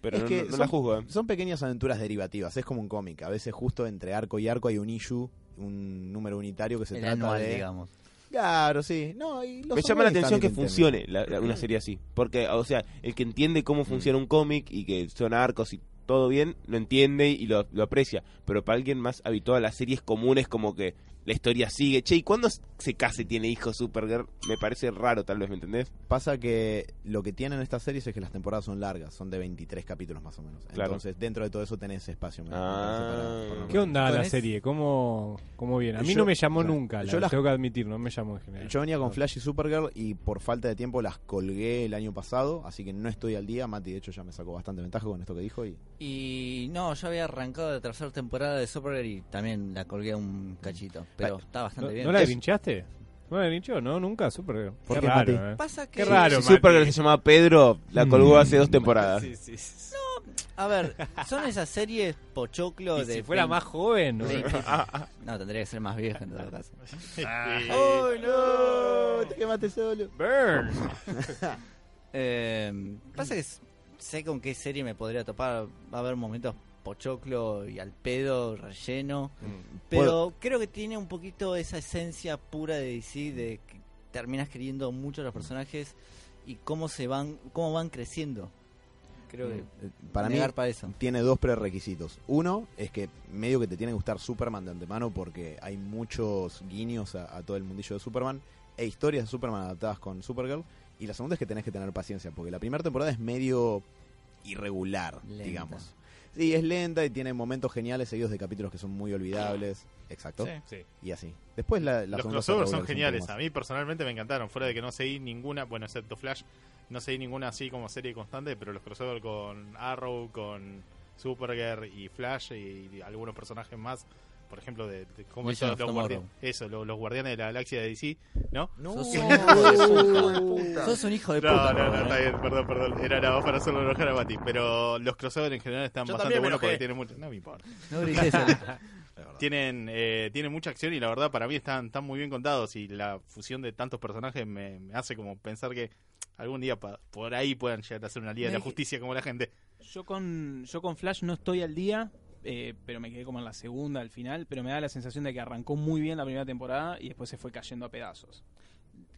Pero Es no, que no- no son- la juzgo. ¿eh? Son pequeñas aventuras derivativas, es como un cómic. A veces justo entre arco y arco hay un issue, un número unitario que se el trata anual, de... digamos. Claro, sí. No, y los Me llama la organizan atención que en términos. funcione la- la- una serie así. Porque, o sea, el que entiende cómo Mm. funciona un cómic y que son arcos y todo bien, lo entiende y lo, lo aprecia. Pero para alguien más habituado a las series comunes, como que la historia sigue. Che, ¿y cuándo se casa y tiene hijos Supergirl? Me parece raro, tal vez, ¿me entendés? Pasa que lo que tienen estas series es que las temporadas son largas, son de 23 capítulos más o menos. Claro. Entonces, dentro de todo eso tenés espacio. me- me Ah. parece, para- ¿Qué onda Con la es- serie? ¿Cómo, ¿Cómo viene? A mí Yo- no me llamó claro. nunca, la, Yo las- tengo que admitir, no me llamó en general. Yo venía con Flash y Supergirl y por falta de tiempo las colgué el año pasado, así que no estoy al día. Mati, de hecho, ya me sacó bastante ventaja con esto que dijo. y Y no, yo había arrancado la tercera temporada de Supergirl y también la colgué un cachito. Pero está Ah, ¿No, bastante bien. no la Es- vinchaste? ¿No la vinchó, ¿no, nunca, super. ¿Por qué, qué, Mati? raro, eh. Pasa que. Qué Si raro, Mati. Supergirl se llamaba Pedro, la Mm. colgó hace dos temporadas. Sí, sí, sí. [laughs] A ver, son esas series pochoclo [laughs] Y de. si fuera 20 más joven, [laughs] no sé. 20. No, tendría que ser más vieja en todo caso. Eh, no! Te quemaste solo. Burn. Eh, pasa que s- sé con qué serie me podría topar. Va a haber momentos pochoclo y al pedo, relleno. Pero creo que tiene un poquito esa esencia pura de DC de que terminas queriendo mucho a los personajes y cómo se van, cómo van creciendo. Creo que Mm. Para mí, negar para eso. tiene dos prerequisitos. Uno es que medio que te tiene que gustar Superman de antemano porque hay muchos guiños a, a todo el mundillo de Superman e historias de Superman adaptadas con Supergirl. Y la segunda es que tenés que tener paciencia porque la primera temporada es medio irregular, Lenta. digamos. Sí, es lenta y tiene momentos geniales seguidos de capítulos que son muy olvidables. Exacto. sí. Y así. Después la, la Los segunda crossovers temporada son es un geniales. poco A más. mí personalmente me encantaron. Fuera de que no seguí ninguna, bueno, excepto Flash, no seguí ninguna así como serie constante, pero los crossovers con Arrow, con Supergirl y Flash y, y algunos personajes más. Por ejemplo, de, de- ¿cómo son Vision of los, Tomorrow. guardianes, eso, lo- los, guardianes de la galaxia de DC, ¿no? No, Sos no, un hijo de puta. puta. Sos un hijo de No, puta. no, no, ¿eh? está bien, perdón, perdón. Era nada más para hacerlo enojar a Mati. Pero los crossovers en general están Yo bastante también me buenos porque enojé. tienen mucho. No me importa. No grites. Ale. tienen eh, tienen mucha acción y la verdad para mí están, están muy bien contados y la fusión de tantos personajes me, me hace como pensar que algún día pa- por ahí puedan llegar a hacer una liga de Me la dij- justicia como la gente. Yo con, yo con Flash no estoy al día, eh, pero me quedé como en la segunda al final, pero me da la sensación de que arrancó muy bien la primera temporada y después se fue cayendo a pedazos.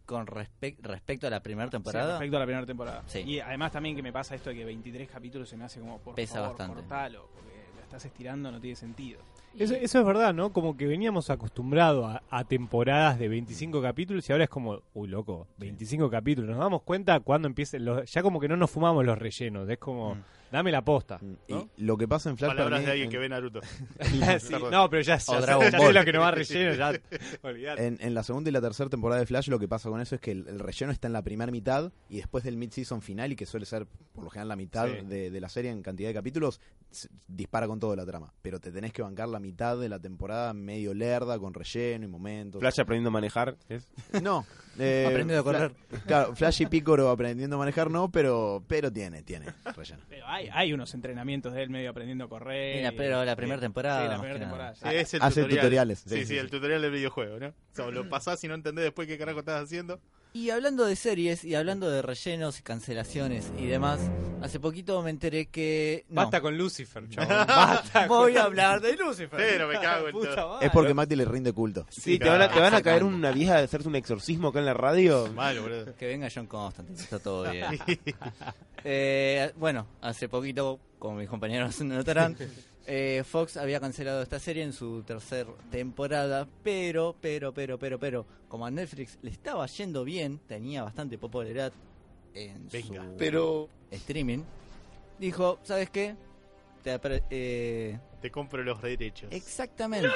Con respec- respecto a la primera Sí, temporada. respecto a la primera temporada. Sí. Y además también que me pasa esto de que 23 capítulos se me hace como por Pesa favor, bastante. cortalo, porque lo estás estirando, no tiene sentido. Eso, eso es verdad, ¿no? Como que veníamos acostumbrados a, a temporadas de 25 capítulos y ahora es como, uy, loco, 25 capítulos. Nos damos cuenta cuando empiecen los... Ya como que no nos fumamos los rellenos, es como, Mm. dame la posta. [laughs] ¿no? Y lo que pasa en Flash para Palabras mí de alguien en- que ve Naruto. Sí, [laughs] Perdón. no, pero ya, ya, O sé- Dragon ya sé Ball. Eh, lo que no va [laughs] relleno, ya... olvidate. En, en la segunda y la tercera temporada de Flash lo que pasa con eso es que el, el relleno está en la primera mitad y después del mid-season final, y que suele ser por lo general la mitad Sí. de, de la serie en cantidad de capítulos, se- dispara con toda la trama. Pero te tenés que bancar la mitad de la temporada medio lerda, con relleno y momentos. Flash aprendiendo a manejar. ¿es? [laughs] [laughs] No. eh, Aprendiendo a correr. Fla- claro, Flash y Picoro aprendiendo a manejar no, pero, pero tiene, tiene relleno. Pero hay, hay unos entrenamientos de él medio aprendiendo a correr. Mira, y- pero la Sí, primera temporada. la más primera que temporada. nada. Sí, sí. es el Hace tutorial. tutoriales. Sí, sí, el tutorial del videojuego, ¿no? O sea, lo pasás y no entendés después qué carajo estás haciendo. Y hablando de series y hablando de rellenos y cancelaciones y demás, hace poquito me enteré que. no. Basta con [laughs] Lucifer, chabón. Basta Voy a hablar de [laughs] Lucifer. Pero me cago en Puta todo. Ah, madre. Es porque Mati le rinde culto. Sí, Sí, te, van a, claro. te van a caer una vieja de hacerte un exorcismo acá en la radio. Malo, boludo. Que venga John Constantine, está todo bien. [laughs] Eh, bueno, hace poquito, como mis compañeros [laughs] notarán, eh, Fox había cancelado esta serie en su tercer temporada, pero, pero, pero, pero, pero, como a Netflix le estaba yendo bien, tenía bastante popularidad en Venga. su pero... streaming, dijo, ¿sabes qué? Te apre- eh, Te compro los derechos. exactamente. No,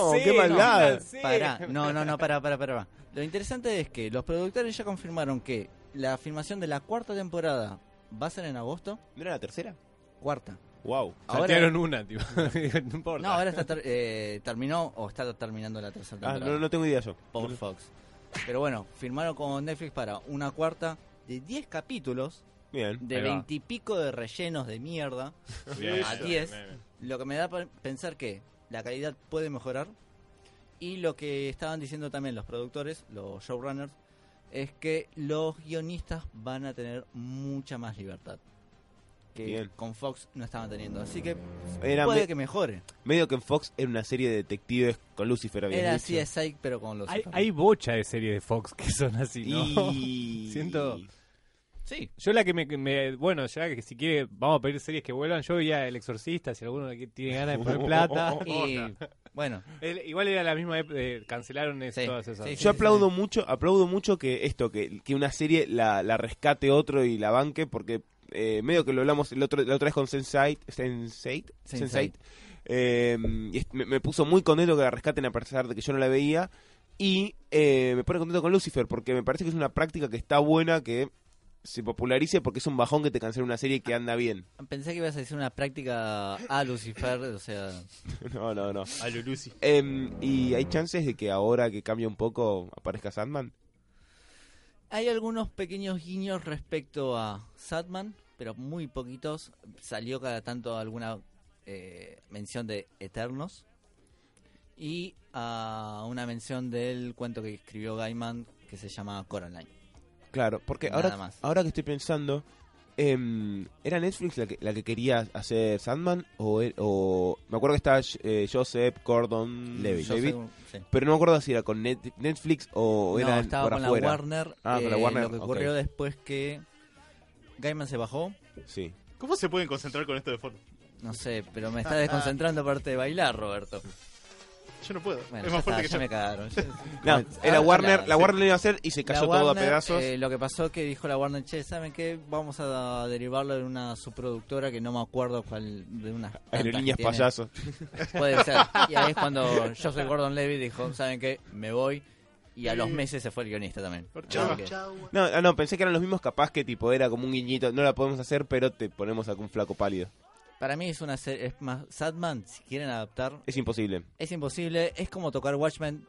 Oh, qué maldad. [laughs] Pará, no, no, no, pará, pará, pará. Lo interesante es que los productores ya confirmaron que la filmación de la cuarta temporada va a ser en agosto. ¿No era la tercera? Cuarta. Wow. Saltearon una, tipo. [laughs] no importa. No, ahora está ter- eh, terminó o está terminando la tercera Ah, temporada no, no tengo idea yo. por Fox. Pero bueno, firmaron con Netflix para una cuarta de 10 capítulos, Bien. de Ahí va. 20 y pico de rellenos de mierda, a 10, lo que me da para pensar que la calidad puede mejorar. Y lo que estaban diciendo también los productores, los showrunners, es que los guionistas van a tener mucha más libertad. Que Bien. con Fox no estaban teniendo. Así que Era puede me- que mejore. medio que en Fox era una serie de detectives con Lucifer. habías Era así dicho. de Psych, pero con los... Hay, hay bocha de series de Fox que son así, ¿no? Y... Siento- Sí, [laughs] Yo la que me, me- Bueno, ya que si quiere, vamos a pedir series que vuelvan. Yo veía El Exorcista, si alguno que tiene ganas de poner [laughs] plata. y bueno, El- igual era la misma. ep- eh, cancelaron es- Sí, todas esas. sí, sí. Yo aplaudo mucho, aplaudo mucho que esto, que, que una serie la, la rescate otro y la banque, porque eh, medio que lo hablamos el otro, la otra vez con Sense8, Sense8, Sense8. Sense8, eh, y est- me, me puso muy contento que la rescaten a pesar de que yo no la veía, y eh, me pone contento con Lucifer, porque me parece que es una práctica que está buena, que se popularice, porque es un bajón que te cancela una serie que anda bien. [laughs] Pensé que ibas a decir una práctica a Lucifer, o sea, No, no, no. A Lulusi. Em, y hay chances de que ahora que cambia un poco aparezca Sandman. hay algunos pequeños guiños respecto a Satman, pero muy poquitos. Salió cada tanto alguna eh, mención de Eternos y a una mención del cuento que escribió Gaiman que se llama Coraline. Claro, porque Nada ahora, más. ahora que estoy pensando, em, ¿era Netflix la que, la que quería hacer Sandman? O, el- o me acuerdo que estaba eh, Joseph Gordon Levitt. Yo Levitt, según- sí. pero no me acuerdo si era con Net- Netflix o No, era estaba por con afuera. la Warner. Ah, con la eh, Warner, Lo que ok. ocurrió después que Gaiman se bajó. Sí. ¿Cómo se pueden concentrar con esto de fondo? No sé, pero [laughs] me está desconcentrando aparte de bailar, Roberto. Yo no puedo. Bueno, es ya, más fuerte que está, ya me yo. cagaron. [laughs] Ya- No, era Ah, Warner, la- la Warner lo iba a hacer y se La cayó todo a Warner, pedazos. eh, lo que pasó que dijo la Warner, che, ¿saben qué? Vamos a derivarlo de una subproductora que no me acuerdo cuál, de unas tantas que Aerolíneas tiene. payaso. [laughs] Puede ser. Y ahí es cuando Joseph Gordon-Levitt dijo, ¿saben qué? Me voy. Y a los meses se fue el guionista también. Chao, Así que- No, ah, no, pensé que eran los mismos capaz que tipo era como un guiñito, no la podemos hacer, pero te ponemos algún flaco pálido. para mí es una serie, es más, Sadman, si quieren adaptar, Es imposible. es imposible, es como tocar Watchmen,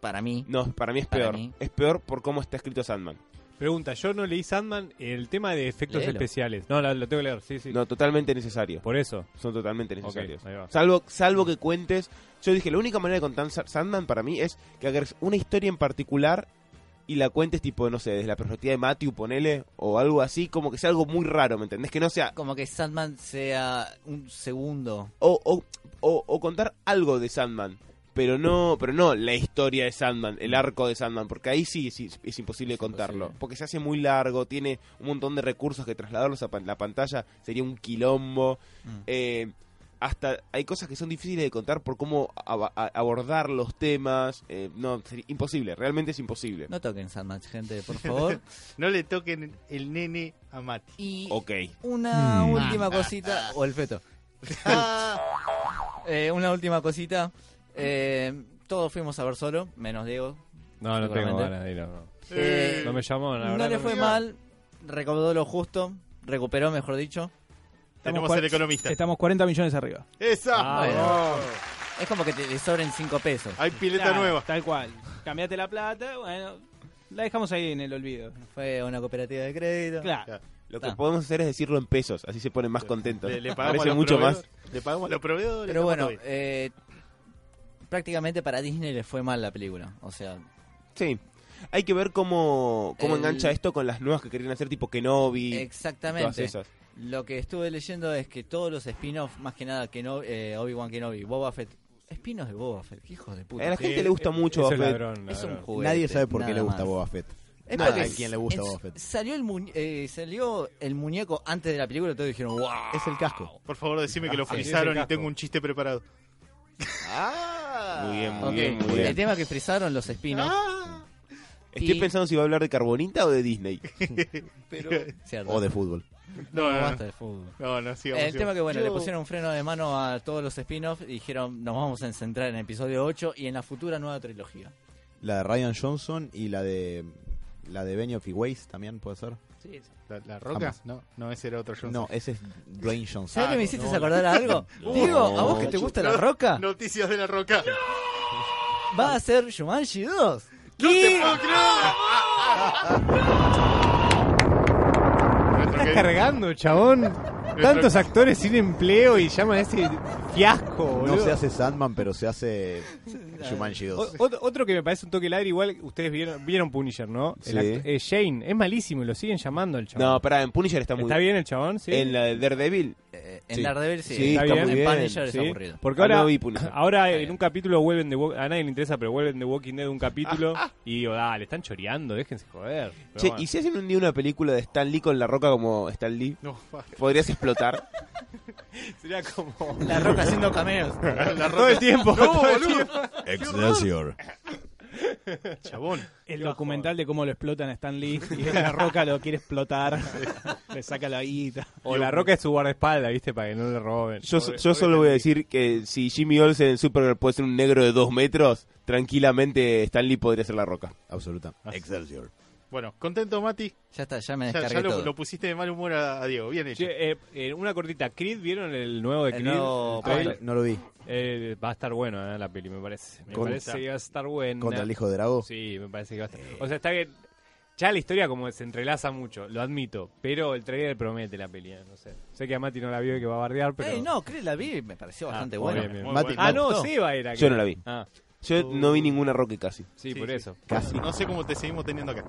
para mí. No, para mí es Para peor. mí. Es peor por cómo está escrito Sandman. Pregunta, yo no leí Sandman. El tema de efectos Léelo. especiales. No, la- lo tengo que leer, sí, sí. No, totalmente necesario. Por eso. son totalmente Ok, necesarios. ahí va. Salvo, salvo que cuentes. Yo dije, la única manera de contar Sa- Sandman para mí es que hagas una historia en particular y la cuentes, tipo, no sé, desde la perspectiva de Matthew, ponele, o algo así, como que sea algo muy raro, ¿me entendés? Que no sea. Como que Sadman sea un segundo O, o, o- o contar algo de Sandman. Pero no, pero no la historia de Sandman, el arco de Sandman, porque ahí sí es, es imposible contarlo. imposible. Porque se hace muy largo, tiene un montón de recursos que trasladarlos a pan- la pantalla sería un quilombo. Mm. Eh, hasta hay cosas que son difíciles de contar por cómo ab- a- abordar los temas. Eh, no, sería imposible, realmente es imposible. No toquen Sandman, gente, por [laughs] favor. No le toquen el nene a Mati. Y Ok. una última cosita. Ah, O el [laughs] feto. Eh, una última cosita. Eh, todos fuimos a ver solo, menos Diego. No, no tengo Seguramente. ganas de irlo, no. Eh, No me llamó, la no verdad. le fue me- mal, recaudó lo justo, recuperó, mejor dicho. Tenemos cua- al economista. Estamos 40 millones arriba. ¡Esa! Ah, bueno. Es como que te le sobren 5 pesos. Hay pileta Claro, nueva. Tal cual. Cambiate la plata, bueno, la dejamos ahí en el olvido. Fue a una cooperativa de crédito. Claro. Lo que Está. podemos hacer es decirlo en pesos, así se ponen más contentos. Le, le pagamos a Parece los mucho más. proveedores, Le pagamos a los proveedores. Pero bueno, estamos eh, prácticamente para Disney le fue mal la película. O sea, Sí. Hay que ver cómo, cómo El- engancha esto con las nuevas que querían hacer, tipo Kenobi. Todas exactamente. esas. Lo que estuve leyendo es que todos los spin-offs, más que nada que no, eh, Obi-Wan Kenobi, Boba Fett, spin-offs de Boba Fett, qué hijos de puta. A la Sí, gente le gusta mucho. Eso es Buffett. ladrón, es un ladrón. juguete. Nadie sabe por qué nada le gusta más. Boba Fett. Es Nada, porque ¿a quién le gusta es- Boba Fett? Salió el, mu- eh, salió el muñeco antes de la película y todos dijeron, wow. Es el casco. ahí. Por favor, decime que lo Ah, sí, frizaron ese y casco. tengo un chiste preparado. Muy bien, muy Ok, bien, muy El bien. tema es que frizaron los spin-offs. Estoy y- pensando si va a hablar de Carbonita o de Disney. [laughs] Cierto. O de fútbol. No, no, no, basta de fútbol. no, no, sigamos, El tema sigamos. que, bueno, le Yo- pusieron un freno de mano a todos los spin-offs y dijeron, nos vamos a centrar en episodio 8 y en la futura nueva trilogía. La de Ryan Johnson y la de la de Benioff y Weiss también puede ser. ¿La, la roca? Jamás. No, no, ese era otro Johnson. No, ese es Dwayne Johnson. ¿Sabes que me hiciste acordar a algo? Ah, No. Digo, ¿a vos que te gusta la roca? Noticias de la roca. Va a ser Shumanji 2. ¡No te puedo creer! Nuestro Estás querido- cargando, chabón. Tantos actores sin empleo y llaman a ese fiasco, boludo. No se hace Sandman, pero se hace Shumanji 2. O- ot- otro que me parece un toque ladri, igual ustedes vieron, vieron Punisher, ¿no? Sí. El act- eh, Shane, es malísimo y lo siguen llamando al chabón. No, pará, en Punisher está muy ¿Está bien el chabón? Sí. En la de Daredevil. Eh, en Sí. Daredevil sí, Sí, está en muy bien, Punisher sí. es aburrido. Porque Ah, no ahora, vi [clears throat] Punisher. ahora en un capítulo vuelven de Wa- a nadie le interesa, pero vuelven de Walking Dead un capítulo y digo, dale, están choreando, déjense joder. Pero Che, bueno. ¿y si hacen un día una película de Stan Lee con la roca como Stan Lee? No, basta. ¿Podrías [laughs] explotar? Sería [laughs] como La roca haciendo cameos. La todo el roca. No, tiempo. todo el boludo. tiempo. Excelsior. Chabón. El documental de cómo lo explotan a Stan Lee y la roca lo [laughs] quiere explotar, le saca la guita. O la roca es su guardaespaldas, ¿viste? Para que no le roben. Yo, Pobre- yo solo voy a decir que si Jimmy Olsen en Superman puede ser un negro de dos metros, tranquilamente Stan Lee podría ser la roca. Absoluta. Excelsior. Bueno, contento, Mati. Ya está, ya me Ya, ya descargué lo, todo. lo pusiste de mal humor a, a Diego. Bien hecho. Che, eh, eh, una cortita, ¿Creed vieron el nuevo de El Creed? nuevo El trailer. Vale. No lo vi. Eh, va a estar bueno eh, la peli, me parece. Me Con- parece que va a estar buena. Contra el hijo de Drago. Sí, me parece que va a estar. Eh. O sea, está que. Ya la historia como se entrelaza mucho, lo admito. Pero el trailer promete la peli, eh, no sé. Sé que a Mati no la vio y que va a bardear, pero. Ey, Eh, no, creo que la vi, me pareció Ah, bastante muy buena. bien, bien. Muy Mati, bueno. Ah, Me no, gustó. Seba era. que- Yo no la vi. Ah, Yo no vi ninguna roca casi. sí, Sí, por sí. eso. Casi. No sé cómo te seguimos teniendo acá.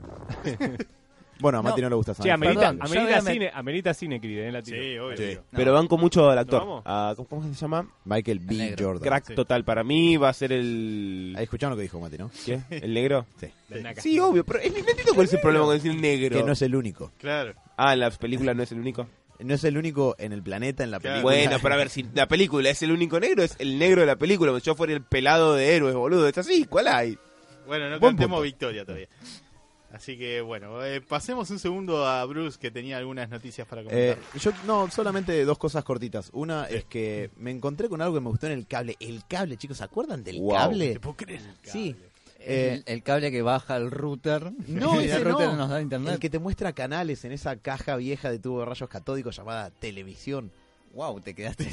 Bueno, a Mati no, No. le gusta Che, Sandman. amerita, Perdón, amerita yo voy a met- cine, amerita cine, Creed, eh, la tiro. Sí, obvio. Sí. No. Pero banco mucho al actor. ¿Nos vamos? A- ¿cómo- ¿Cómo se llama? Michael B. El negro. Jordan. Crack Sí. total para mí. Va a ser el. Ahí escucharon lo que dijo Mati, ¿no? ¿Qué? ¿El negro? Sí. De Naka. Sí, obvio, pero es- no entiendo cuál es el problema con decir negro. Que no es el único. Claro. Ah, en la película no es el único. No es el único en el planeta, en la Claro. película. Bueno, para ver si la película es el único negro, es el negro de la película. Como si Yo fuera el pelado de héroes, boludo. Es así, ¿cuál hay? Bueno, no Buen cantemos punto. victoria todavía. Así que bueno, eh, pasemos un segundo a Bruce que tenía algunas noticias para Eh, comentar. yo no, solamente dos cosas cortitas. Una es que me encontré con algo que me gustó en el cable. El cable, chicos, ¿se acuerdan del Wow. cable? puedo creer? Sí. El, el cable que baja el router. [laughs] No, y ese el router no. nos da internet. El que te muestra canales en esa caja vieja de tubo de rayos catódicos llamada televisión. Wow, te quedaste.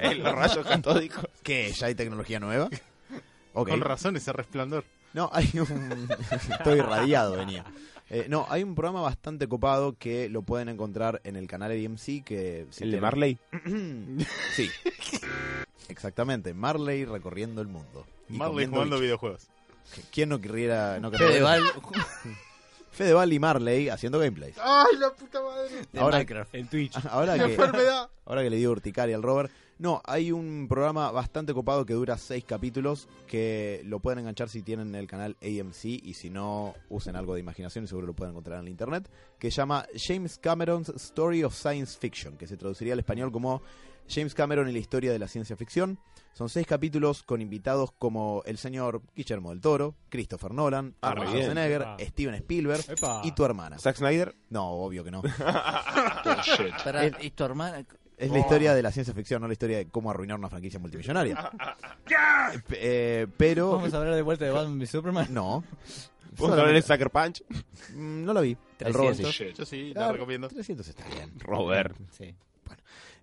el rayo catódico. ¿Qué? ¿Ya hay tecnología nueva? Ok. Con razón ese resplandor. No, hay un... [laughs] Estoy irradiado, venía. Eh, no, hay un programa bastante copado que lo pueden encontrar en el canal AMC que... si ¿El de te- Marley? Sí. Exactamente, Marley recorriendo el mundo. Y Marley comiendo jugando bichos. videojuegos. ¿Quién no querría... No querría- Fedeval Fedeval y Marley haciendo gameplays. ¡Ay, la puta madre! de Ahora- Minecraft. En Twitch. [laughs] Ahora que... enfermedad! Ahora que le dio urticaria al Robert. No, hay un programa bastante copado que dura seis capítulos que lo pueden enganchar si tienen el canal AMC y si no, usen algo de imaginación y seguro lo pueden encontrar en el internet, que se llama James Cameron's Story of Science Fiction, que se traduciría al español como James Cameron y la historia de la ciencia ficción. Son seis capítulos con invitados como el señor Guillermo del Toro, Christopher Nolan, Ah, Arnold re bien. Schwarzenegger, Ah. Steven Spielberg Epa. y tu hermana. ¿Zack Snyder? No, obvio [laughs] que no. Pará, ¿Y tu hermana? Es la historia de la ciencia ficción, no la historia de cómo arruinar una franquicia multimillonaria. Ah, P- [laughs] eh, pero Vamos a hablar de vuelta de Batman y Superman. [laughs] no, [laughs] ¿Podemos hablar de Sucker Punch? Mm, no la vi. El 300. Robert. Yo sí, Ah, la recomiendo. 300 está bien. Robert. Sí.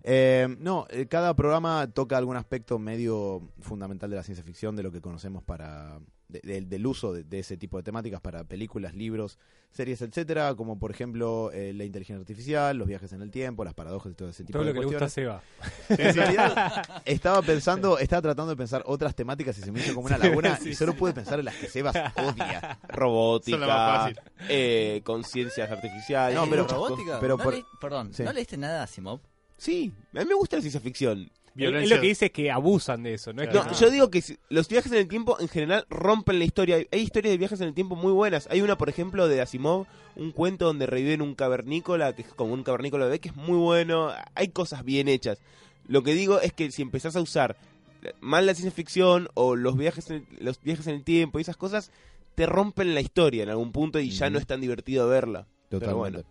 Eh, no, eh, cada programa toca algún aspecto medio fundamental de la ciencia ficción, de lo que conocemos para de- de- del uso de, de ese tipo de temáticas para películas, libros, series, etcétera, como por ejemplo eh, la inteligencia artificial, los viajes en el tiempo, las paradojas y todo ese tipo Todo de lo que le gusta a cuestiones. Seba. En realidad, [laughs] estaba pensando, estaba tratando de pensar otras temáticas y se me hizo como una laguna y solo pude pensar en las que Sebas [laughs] odia. Robótica. Son la más fácil. eh, conciencias artificiales. No, No, pero- pero muchas cosas. robótica. pero ¿No por- leí- perdón, sí. ¿no leíste nada de Asimov? Sí, a mí me gusta la ciencia ficción. Él, él Violencia. lo que dice es que abusan de eso, ¿no? Es que- No, yo digo que si- los viajes en el tiempo en general rompen la historia. Hay, hay historias de viajes en el tiempo muy buenas. Hay una, por ejemplo, de Asimov, un cuento donde reviven un cavernícola, que es como un cavernícola bebé, que es muy bueno. Hay cosas bien hechas. Lo que digo es que si empezás a usar la- mal la ciencia ficción o los viajes en el, los viajes en el tiempo y esas cosas, te rompen la historia en algún punto y ya Ujú. no es tan divertido verla. Pero Totalmente. bueno.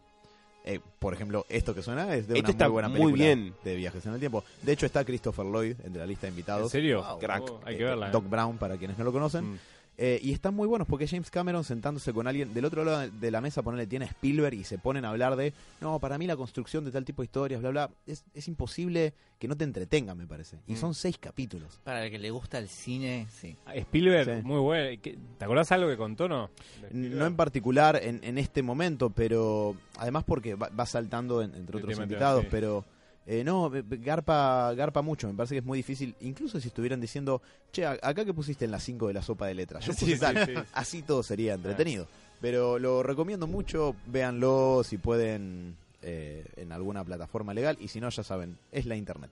Eh, por ejemplo, esto que suena es de Este una está muy buena muy película bien. de viajes en el tiempo. De hecho, está Christopher Lloyd entre la lista de ¿En invitados. serio? Crack. Oh, hay Eh, que verla. eh. Doc Brown, para quienes no lo conocen. Mm. Eh, y están muy buenos porque James Cameron sentándose con alguien del otro lado de la mesa, ponerle tiene a Spielberg y se ponen a hablar de, no, para mí la construcción de tal tipo de historias, bla, bla, es, es imposible que no te entretengan, me parece. Y Mm. son seis capítulos. Para el que le gusta el cine, sí. Spielberg, Sí. muy bueno. ¿Qué- ¿Te acordás algo que contó, no? De Spielberg. em- No en particular en, en este momento, pero además porque va, va saltando en- entre De otros tema en tema, invitados, sí. pero eh, no, eh, garpa, garpa mucho, me parece que es muy difícil, incluso si estuvieran diciendo, che, a- acá que pusiste en las 5 de la sopa de letras, yo [laughs] Sí, puse sí, tal". sí, sí. así todo sería entretenido. Pero lo recomiendo mucho, véanlo si pueden eh, en alguna plataforma legal y si no, ya saben, es la internet.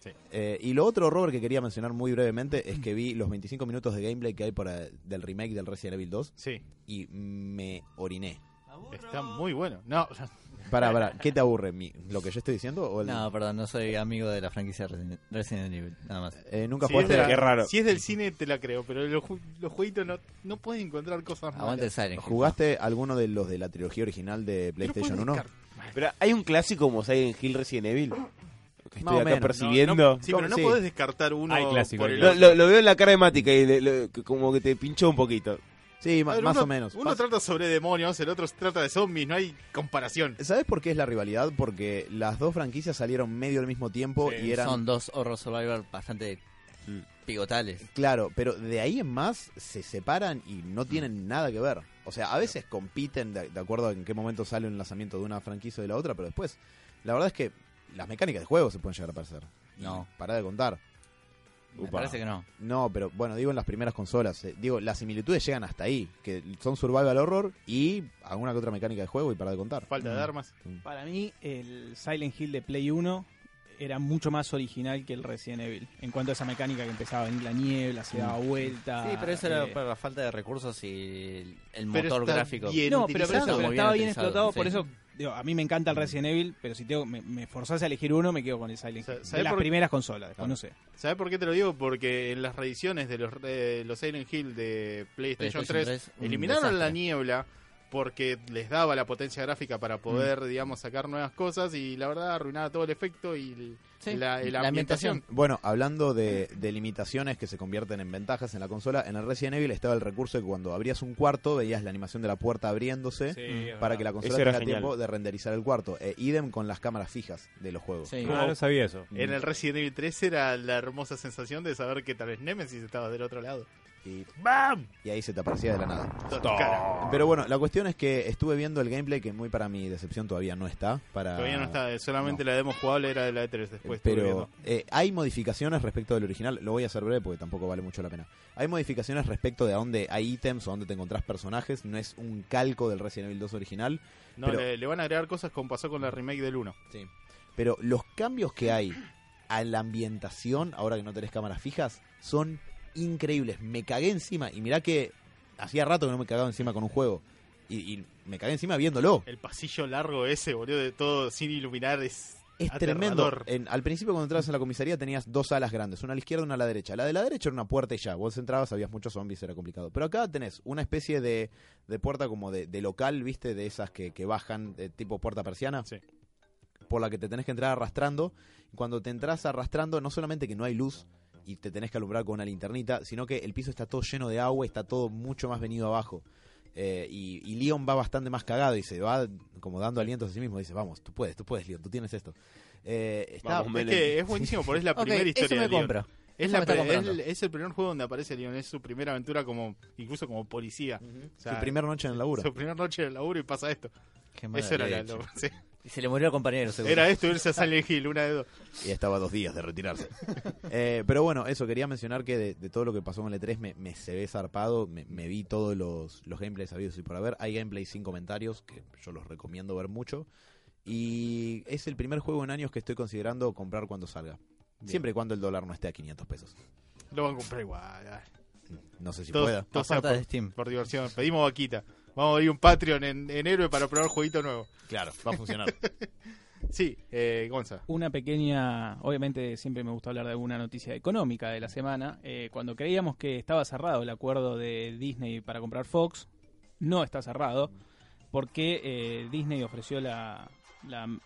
Sí. Eh, y lo otro, Robert, que quería mencionar muy brevemente es que vi los 25 minutos de gameplay que hay para, del remake del Resident Evil 2 Sí, y me oriné. está muy bueno. No, Pará, pará, ¿qué te aburre? mi- ¿Lo que yo estoy diciendo? O el- No, perdón, no soy amigo de la franquicia Resident- Resident Evil, nada más. Eh, ¿Nunca si es, jugaste? de la- Qué raro. si es del cine te la creo, pero los, ju- los jueguitos no, no puedes encontrar cosas Aguante malas. Silent Hill. ¿Jugaste alguno de los de la trilogía original de No PlayStation puedes 1? descar- Pero hay un clásico como Silent Hill Resident Evil. Que Más estoy o acá menos, no, persiguiendo. No, no- sí, pero no Sí. podés descartar uno Hay clásico, por hay el Lo, otro. lo- lo veo en la cara de Mática y le- lo- que como que te pinchó un poquito. Sí, A ma- ver, más uno- o menos. Uno trata sobre demonios, el otro se trata de zombies, no hay comparación. ¿Sabes por qué es la rivalidad? Porque las dos franquicias salieron medio al mismo tiempo y eran... Son dos horror survivor bastante Mm. pigotales. Claro, pero de ahí en más se separan y Mm. no tienen nada que ver. O sea, a veces compiten de, de acuerdo a en qué momento sale un lanzamiento de una franquicia o de la otra, pero después, la verdad es que las mecánicas de juego se pueden llegar a parecer. No. Para de contar. Me parece que no. No, pero bueno, digo en las primeras consolas. eh, digo, las similitudes llegan hasta ahí. Que son survival horror y alguna que otra mecánica de juego y para de contar. Falta de armas. Para mí, el Silent Hill de Play 1 era mucho más original que el Resident Evil. En cuanto a esa mecánica que empezaba a venir la niebla, se Mm. daba vuelta. Sí, pero eso era eh, para la falta de recursos y el, el Pero motor está gráfico. bien No, pero, pero utilizado. eso, pero Muy bien estaba bien utilizado, explotado, sí. por eso digo, a mí me encanta el Resident Evil, pero si tengo, me, me forzás a elegir uno, me quedo con el Silent Sa- Hill. ¿sabe De las por- primeras consolas, después Claro. no sé. ¿Sabes por qué te lo digo? Porque en las reediciones de los, eh, los Silent Hill de PlayStation, 3, un eliminaron la desastre. niebla porque les daba la potencia gráfica para Mm. poder, digamos, sacar nuevas cosas y la verdad arruinaba todo el efecto y el- Sí, la, y eh, la la ambientación. ambientación. Bueno, hablando de, de limitaciones que se convierten en ventajas en la consola, en el Resident Evil estaba el recurso de que cuando abrías un cuarto veías la animación de la puerta abriéndose. Mm, Para que la consola Eso era tenga genial. tiempo de renderizar el cuarto. Eh, idem con las cámaras fijas de los juegos. Sí. Ah, no sabía eso. En el Resident Evil 3 era la hermosa sensación de saber que tal vez Nemesis estaba del otro lado. Y, ¡Bam! y ahí se te aparecía de la nada. Toda tu cara. Pero bueno, la cuestión es que estuve viendo el gameplay que muy para mi decepción todavía no está. Para, Todavía no está, solamente la demo jugable era de la de 3 después. Pues estuve pero viendo. eh, hay modificaciones respecto del original. Lo voy a hacer breve porque tampoco vale mucho la pena. Hay modificaciones respecto de a dónde hay ítems o dónde te encontrás personajes. No es un calco del Resident Evil 2 original. No, pero- le, le van a agregar cosas como pasó con la remake del 1. Pero los cambios que hay a la ambientación, ahora que no tenés cámaras fijas, son increíbles. Me cagué encima. Y mirá que hacía rato que no me cagaba encima con un juego. Y, y me cagué encima viéndolo. El pasillo largo ese, boludo, de todo sin iluminar es Es Aterrador. tremendo. En- al principio cuando entrabas en la comisaría tenías dos alas grandes, una a la izquierda y una a la derecha. La de la derecha era una puerta y ya, vos entrabas, habías muchos zombies, era complicado. Pero acá tenés una especie de, de puerta como de, de local, viste, de esas que, que bajan, de tipo puerta persiana, Sí. por la que te tenés que entrar arrastrando. Cuando te entras arrastrando, no solamente que no hay luz y te tenés que alumbrar con una linternita, sino que el piso está todo lleno de agua, y está todo mucho más venido abajo. Eh, y, y Leon va bastante más cagado y se va como dando alientos a sí mismo. Dice, vamos, tú puedes, tú puedes, Leon, tú tienes esto. Eh, está, Vamos, Es Menem. que es buenísimo, porque es la Ok, primera eso historia me de Leon. compro. Es, Eso la me está pre- es, comprando. es el primer juego donde aparece Leon, es su primera aventura como incluso como policía. O sea, su primera noche en [laughs] el laburo. Su primera noche en el laburo y pasa esto. Qué mala Eso era la- leche. lo- sí. Y se le murió al compañero, seguro. Era esto, irse a Silent Hill, una de dos. Y estaba a dos días de retirarse. Eh, pero bueno, eso, quería mencionar que de, de todo lo que pasó con el E3 me, me se ve zarpado, me, me vi todos los, los gameplays sabidos y por haber. Hay gameplays sin comentarios, que yo los recomiendo ver mucho. Y es el primer juego en años que estoy considerando comprar cuando salga. Siempre y cuando el dólar no esté a 500 pesos. Lo van a comprar igual. ay. No sé si Todo- pueda. todo Oferta sea por, de Steam. por diversión. Pedimos vaquita. Vamos a abrir un Patreon en, en héroe para probar jueguito nuevo. Claro, va a [laughs] funcionar. Sí, eh, Gonza. Una pequeña, obviamente siempre me gusta hablar de alguna noticia económica de la semana. Eh, cuando creíamos que estaba cerrado el acuerdo de Disney para comprar Fox, no está cerrado, porque eh, Disney ofreció la, la m-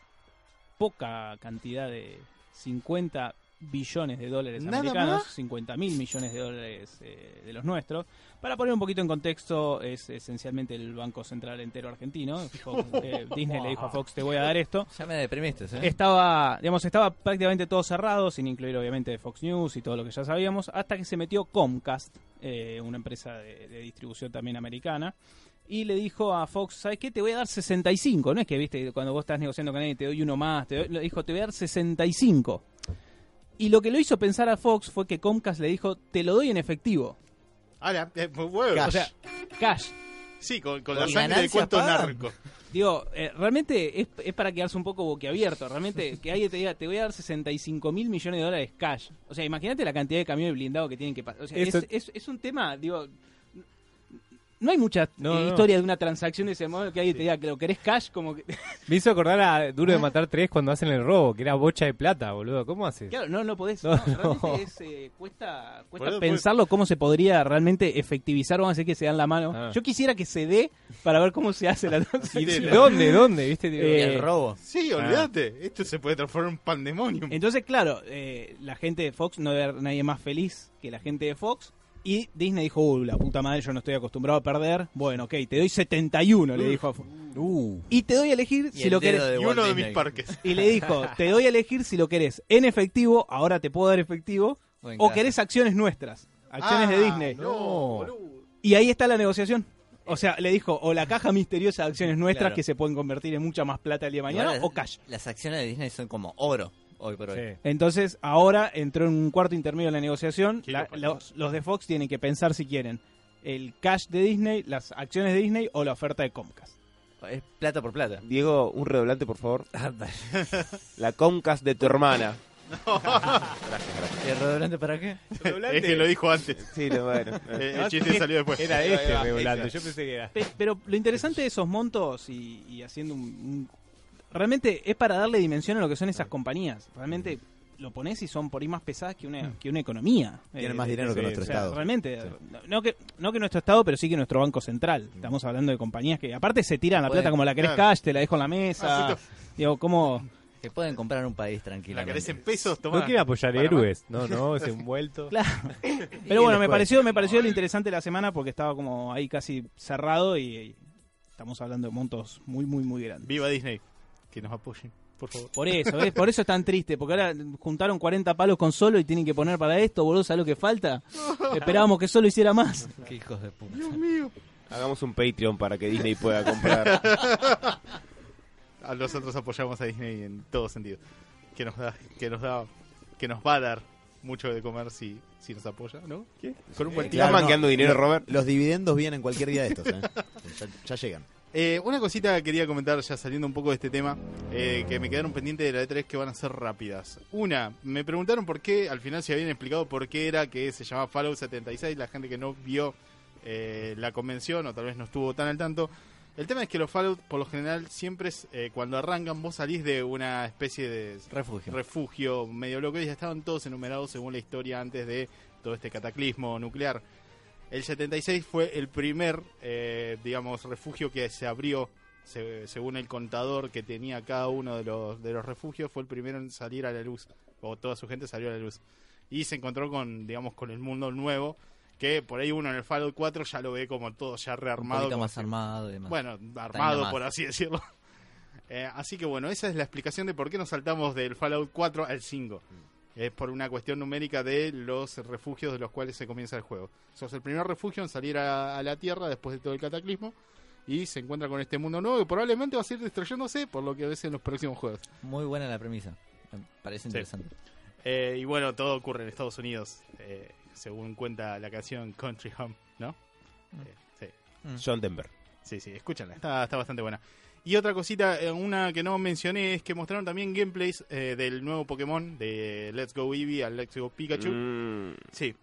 poca cantidad de 50 billones de dólares ¿Nada americanos, más? 50 mil millones de dólares eh, de los nuestros. Para poner un poquito en contexto, es esencialmente el Banco Central entero argentino. Fox, eh, Disney le dijo a Fox, te voy a dar esto. Ya me deprimiste, ¿eh? Estaba, digamos, estaba prácticamente todo cerrado, sin incluir obviamente Fox News y todo lo que ya sabíamos, hasta que se metió Comcast, eh, una empresa de, de distribución también americana, y le dijo a Fox, ¿sabes qué? Te voy a dar 65, no es que, viste, cuando vos estás negociando con alguien te doy uno más, te doy- le dijo, te voy a dar 65. Y lo que lo hizo pensar a Fox fue que Comcast le dijo, te lo doy en efectivo, Ahora, eh, huevo. Cash. o sea, cash. sí, con, con la Con sangre de ganancias cuánto pagan. narco. Digo, eh, realmente es, es para quedarse un poco boquiabierto. Realmente, que alguien te diga, te voy a dar 65 mil millones de dólares cash. O sea, imagínate la cantidad de camiones blindados que tienen que pasar. O sea, es, Esto- es- es un tema, digo. n- No hay mucha eh, No, no. historia de una transacción de ese modo que alguien te diga que lo querés cash, como que. [laughs] Me hizo acordar a Duro de Matar 3 cuando hacen el robo, que era bocha de plata, boludo. ¿Cómo haces? Claro, no, no podés. No, no, realmente no. es, eh, cuesta, cuesta Boludo, pensarlo cómo se podría realmente efectivizar. Vamos a decir que se dan la mano. Ah. Yo quisiera que se dé para ver cómo se hace la Sí, transacción. de- ¿Dónde? ¿Dónde? ¿Viste? Digo, Eh, el robo. Sí, Ah. olvídate. Esto se puede transformar en un pandemonium. Entonces, claro, eh, la gente de Fox no era nadie más feliz que la gente de Fox. Y Disney dijo, uh, la puta madre, yo no estoy acostumbrado a perder. Bueno, ok, te doy 71, le dijo a Fox. Y te doy a elegir Uh. Y si el dedo lo querés. de y Walt uno de Disney. mis parques. Y le dijo, te doy a elegir si lo querés en efectivo, ahora te puedo dar efectivo, en o casa. querés acciones nuestras, acciones de Ah, Disney. No, boludo. Y ahí está la negociación. O sea, le dijo, o la caja misteriosa de acciones nuestras Claro. que se pueden convertir en mucha más plata el día de mañana, Igual las- o cash. Las acciones de Disney son como oro hoy eh, por hoy. Sí. Entonces, ahora entró en un cuarto intermedio en la negociación. Qué La- loco, ¿no? los, los de Fox tienen que pensar si quieren el cash de Disney, las acciones de Disney o la oferta de Comcast. Es plata por plata. Diego, un redoblante, por favor. [laughs] La Comcast de tu hermana. ¿El Eh, redoblante para qué? Es que Este lo dijo antes. Sí, no, bueno. [laughs] Eh, [laughs] el chiste salió después. Era Ahí va, ahí este va, redoblante, extra. yo pensé que era. Este, Pe- Pero lo interesante de esos montos y, y haciendo un, un- Realmente es para darle dimensión a lo que son esas compañías. Realmente lo pones y son por ahí más pesadas que una, que una economía. Tienen Eh, más dinero que sí, nuestro O sea, Estado. realmente, Sí. no- no que, no que nuestro Estado, pero sí que nuestro Banco Central. Estamos hablando de compañías que aparte se tiran la Pueden- plata como la querés claro. cash, te la dejo en la mesa. Ah, Digo, ¿cómo...? Que pueden comprar un país La tranquilamente. querés en pesos, tomá. No quiere apoyar Para héroes, no, [laughs] no, ese envuelto. Pero bueno, me después. pareció, me pareció lo interesante de la semana porque estaba como ahí casi cerrado y, y estamos hablando de montos muy, muy, muy grandes. Viva Disney. Que nos apoyen, por favor. Por eso, ¿ves? por eso es tan triste, porque ahora juntaron 40 palos con solo y tienen que poner para esto, boludo, ¿sabes lo que falta? Esperábamos que solo hiciera más. Qué hijos de puta. Hagamos un Patreon para que Disney pueda comprar. A nosotros apoyamos a Disney en todo sentido. Que nos da, que nos da, que nos va a dar mucho de comer si, si nos apoya, ¿no? ¿Qué? [laughs] Con un buen Pues ¿Estás Eh, Claro, no. manqueando dinero, Robert? Los dividendos vienen cualquier día de estos, ¿eh? ya, ya llegan. Eh, una cosita que quería comentar, ya saliendo un poco de este tema, eh, que me quedaron pendientes de la E3 que van a ser rápidas. Una, me preguntaron por qué, al final se habían explicado por qué era que se llamaba Fallout 76, la gente que no vio eh, la convención o tal vez no estuvo tan al tanto. El tema es que los Fallout, por lo general, siempre es, eh, cuando arrancan, vos salís de una especie de Refugio. refugio medio bloque y ya estaban todos enumerados según la historia antes de todo este cataclismo nuclear. El 76 fue el primer, eh, digamos, refugio que se abrió, se- según el contador que tenía cada uno de los, de los refugios, fue el primero en salir a la luz, o toda su gente salió a la luz. Y se encontró con, digamos, con el mundo nuevo, que por ahí uno en el Fallout 4 ya lo ve como todo ya Un rearmado. poquito como más si- armado y demás. bueno, armado nomás. por así decirlo. [laughs] Eh, así que bueno, esa es la explicación de por qué nos saltamos del Fallout 4 al 5. Es por una cuestión numérica de los refugios de los cuales se comienza el juego. Sos el primer refugio en salir a, a la Tierra después de todo el cataclismo y se encuentra con este mundo nuevo que probablemente va a seguir destruyéndose por lo que ves en los próximos juegos. Muy buena la premisa. Me parece interesante. Eh, y bueno, todo ocurre en Estados Unidos, eh, según cuenta la canción Country Home, ¿no? Eh, sí. John Denver. Sí, sí, escúchala, está, está bastante buena. Y otra cosita, eh, una que no mencioné, es que mostraron también gameplays eh, del nuevo Pokémon, de Let's Go Eevee al Let's Go Pikachu. Mm. Sí. Eh,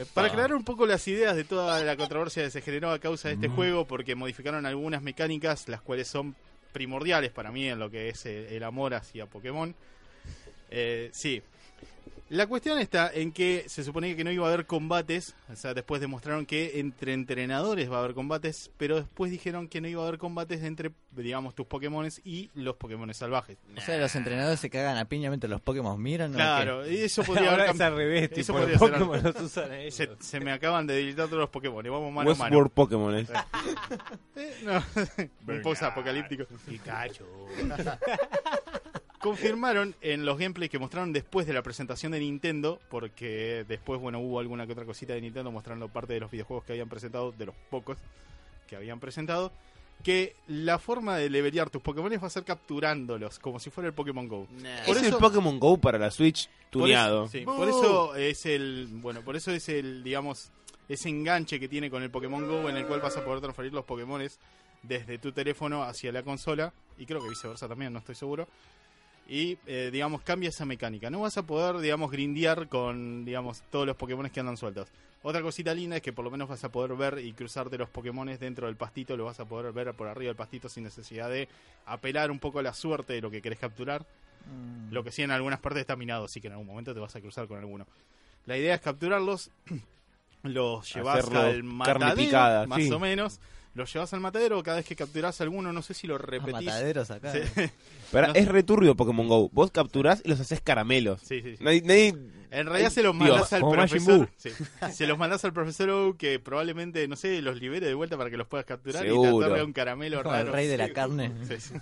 Ah. Para aclarar un poco las ideas de toda la controversia que se generó a causa de Mm. este juego, porque modificaron algunas mecánicas, las cuales son primordiales para mí en lo que es eh, el amor hacia Pokémon. Eh, sí. La cuestión está en que se suponía que no iba a haber combates, o sea, después demostraron que entre entrenadores va a haber combates, pero después dijeron que no iba a haber combates entre, digamos, tus Pokémones y los Pokémones salvajes. O sea, los entrenadores se cagan a piña mientras los Pokémon miran. ¿no? Claro, y eso [laughs] podría Ahora haber es cambiado. al revés, Eso tipo, los podría ser algo. Pokémon los usan a ellos. Se, se me acaban de debilitar todos los Pokémon, vamos mano a mano. Westworld Pokémon. eh. Eh, no, un post apocalíptico. [laughs] Confirmaron en los gameplays que mostraron después de la presentación de Nintendo, porque después, bueno, hubo alguna que otra cosita de Nintendo mostrando parte de los videojuegos que habían presentado, de los pocos que habían presentado, que la forma de levelear tus Pokémon va a ser capturándolos, como si fuera el Pokémon Go. Por es eso- el Pokémon Go para la Switch Por tuneado. eso- sí, por eso es el, bueno, por eso es el, digamos, ese enganche que tiene con el Pokémon Go en el cual vas a poder transferir los Pokémones desde tu teléfono hacia la consola y creo que viceversa también, no estoy seguro. Y eh, digamos cambia esa mecánica. No vas a poder, digamos, grindear con, digamos, todos los Pokémones que andan sueltos. Otra cosita linda es que por lo menos vas a poder ver y cruzarte los Pokémones dentro del pastito, lo vas a poder ver por arriba del pastito sin necesidad de apelar un poco a la suerte de lo que querés capturar. Mm. Lo que sí, en algunas partes está minado, así que en algún momento te vas a cruzar con alguno. La idea es capturarlos, [clears throat] los llevas Hacerlo al carne matadero, picada, más sí. o menos. Los llevas al matadero, cada vez que capturás alguno, no sé si Ah, lo A repetís. mataderos acá. Sí, Pero No sé. es returbio Pokémon Go. Vos capturás y los haces caramelos. sí, sí, sí. Nadie- nadie- En realidad Ay, se los Dios, mandás al como Majin profesor. sí. se los mandás al profesor Oak, que probablemente, no sé, los libere de vuelta para que los puedas capturar y te Seguro. otorga un caramelo Como raro. el rey de la Sí. carne. Sí, sí.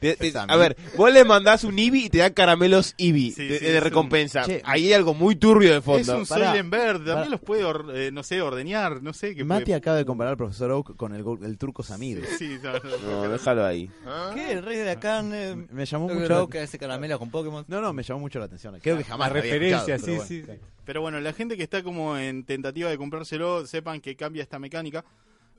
te- te- Esa a ver, vos le mandás un Eevee y te dan caramelos Eevee Sí, de, sí, de es un- recompensa. Che. Ahí hay algo muy turbio de Es fondo. un Pará. Soylent Verde, Pará. también los puede, or- eh, no sé, ordeñar, no sé. Que Mati acaba de comparar al profesor Oak con el, go- el turco Samir. [laughs] Sí, no, no, no. No, déjalo ahí. ¿Qué? El rey de la Ah. carne. Me llamó mucho la- Creo que hace caramelo con Pokémon. No, no, me llamó mucho la atención. [laughs] Creo que jamás La la había referencia, escuchado, sí, pero sí. bueno. Pero bueno, la gente que está como en tentativa de comprárselo, sepan que cambia esta mecánica.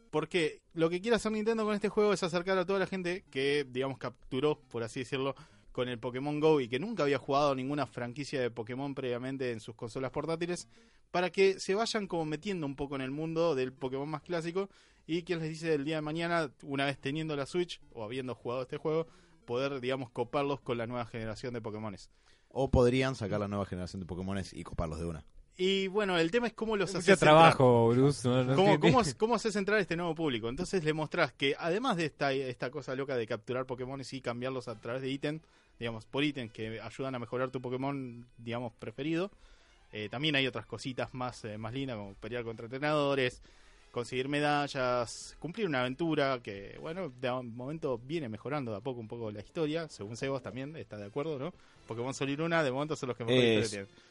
Porque lo que quiere hacer Nintendo con este juego es acercar a toda la gente que, digamos, capturó, por así decirlo, con el Pokémon Go y que nunca había jugado ninguna franquicia de Pokémon previamente en sus consolas portátiles, para que se vayan como metiendo un poco en el mundo del Pokémon más clásico y quien les dice el día de mañana, una vez teniendo la Switch o habiendo jugado este juego, poder, digamos, coparlos con la nueva generación de Pokémones. O podrían sacar la nueva generación de Pokémones y coparlos de una. Y bueno, el tema es cómo los Mucho haces entrar. trabajo, Bruce. No, no ¿Cómo, tiene- [laughs] cómo, ¿Cómo haces entrar a este nuevo público? Entonces le mostrás que además de esta, esta cosa loca de capturar Pokémon y cambiarlos a través de ítem, digamos, por ítems que ayudan a mejorar tu Pokémon, digamos, preferido, eh, también hay otras cositas más, eh, más lindas, como pelear contra entrenadores, conseguir medallas, cumplir una aventura, que bueno, de a un momento viene mejorando de a poco un poco la historia, según Sebas también, está de acuerdo, ¿no? Pokémon Sol y Luna, de momento son los que mejor Es- historia tienen.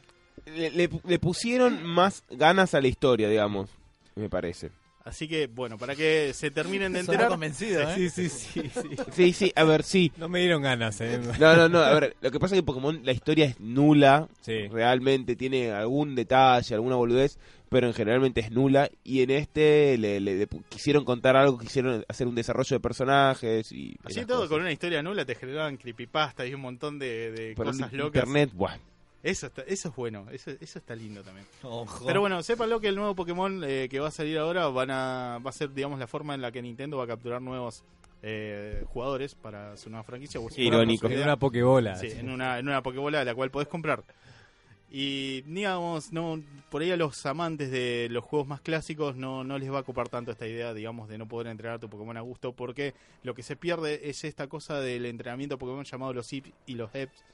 Le, le- le pusieron más ganas a la historia, digamos. Me parece. Así que, bueno, para que se terminen de Sonó enterar... convencido, ¿eh? Sí, sí, sí, sí. Sí, sí, a ver, sí. No me dieron [laughs] ganas, eh. No, no, no. A ver, lo que pasa es que Pokémon, la historia es nula. Sí. Realmente tiene algún detalle, alguna boludez, pero en generalmente es nula. Y en este le, le- le pu- quisieron contar algo, quisieron hacer un desarrollo de personajes y. Así esas todo, cosas. con una historia nula te generaban creepypasta y un montón de, de Pero cosas el locas. Internet, buah. Eso, está- eso es bueno, eso, eso está lindo también. Ojo. Pero bueno, sépanlo que el nuevo Pokémon eh, que va a salir ahora van a, va a ser, digamos, la forma en la que Nintendo va a capturar nuevos eh, jugadores para su nueva franquicia. o su nueva Irónico. En consolidada. una pokebola. Sí, así. en una, en una Pokébola de la cual podés comprar. Y digamos, no, por ahí a los amantes de los juegos más clásicos no, no les va a ocupar tanto esta idea, digamos, de no poder entrenar a tu Pokémon a gusto, porque lo que se pierde es esta cosa del entrenamiento Pokémon llamado los IPs y los EPs,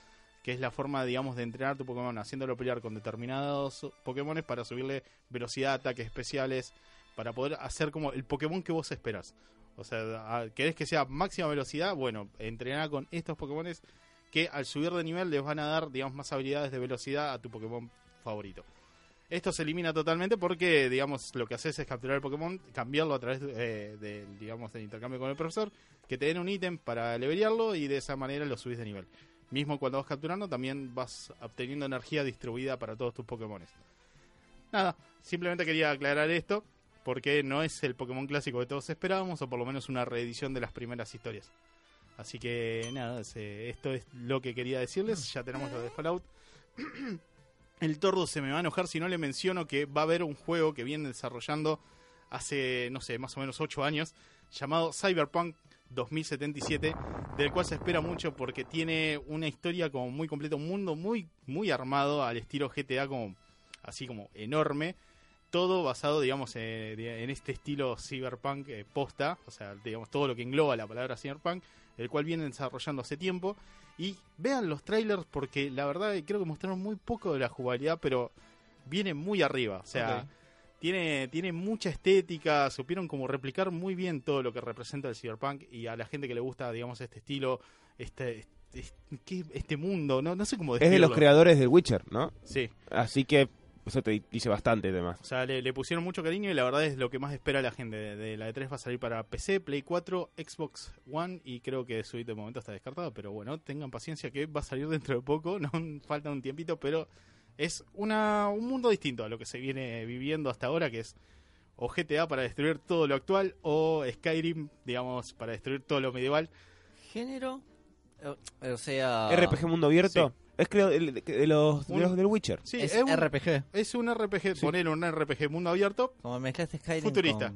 que es la forma, digamos, de entrenar tu Pokémon, haciéndolo pelear con determinados Pokémones para subirle velocidad, ataques especiales, para poder hacer como el Pokémon que vos esperas. O sea, a- ¿querés que sea máxima velocidad? Bueno, entrená con estos Pokémones que al subir de nivel les van a dar, digamos, más habilidades de velocidad a tu Pokémon favorito. Esto se elimina totalmente porque, digamos, lo que haces es capturar el Pokémon, cambiarlo a través eh, del, digamos, del intercambio con el profesor, que te den un ítem para levelearlo y de esa manera lo subís de nivel. Mismo cuando vas capturando, también vas obteniendo energía distribuida para todos tus Pokémones. Nada, simplemente quería aclarar esto, porque no es el Pokémon clásico que todos esperábamos, o por lo menos una reedición de las primeras historias. Así que nada, se- esto es lo que quería decirles. Ya tenemos lo de Fallout. [clears throat] El tordo se me va a enojar si no le menciono que va a haber un juego que viene desarrollando hace, no sé, más o menos 8 años, llamado Cyberpunk 2077, del cual se espera mucho porque tiene una historia como muy completa, un mundo muy, muy armado al estilo GTA, como, así como enorme. Todo basado, digamos, eh, de- en este estilo cyberpunk eh, posta, o sea, digamos, todo lo que engloba la palabra cyberpunk, el cual vienen desarrollando hace tiempo. Y vean los trailers porque la verdad que creo que mostraron muy poco de la jugabilidad, pero viene muy arriba. O sea, tiene, tiene mucha estética, supieron como replicar muy bien todo lo que representa el cyberpunk y a la gente que le gusta, digamos, este estilo, este, este, ¿qué? este mundo, no, no sé cómo Es de decirlo. los creadores del Witcher, ¿no? Sí, Así que eso te dice bastante, además. o sea, le, le pusieron mucho cariño y la verdad es lo que más espera la gente. De, de la E3 va a salir para PC, Play 4, Xbox One y creo que Switch de momento está descartado. Pero bueno, tengan paciencia que va a salir dentro de poco, [laughs] no falta un tiempito, pero es una, un mundo distinto a lo que se viene viviendo hasta ahora, que es o GTA para destruir todo lo actual o Skyrim, digamos, para destruir todo lo medieval. Género, eh, o, o sea... RPG Mundo Abierto. Es creo el- de, de los, de Ah, Un- los del Witcher. Sí, es, es, un, RPG. es un RPG, poner un RPG mundo abierto, Como mezclaste Skyrim Futurista.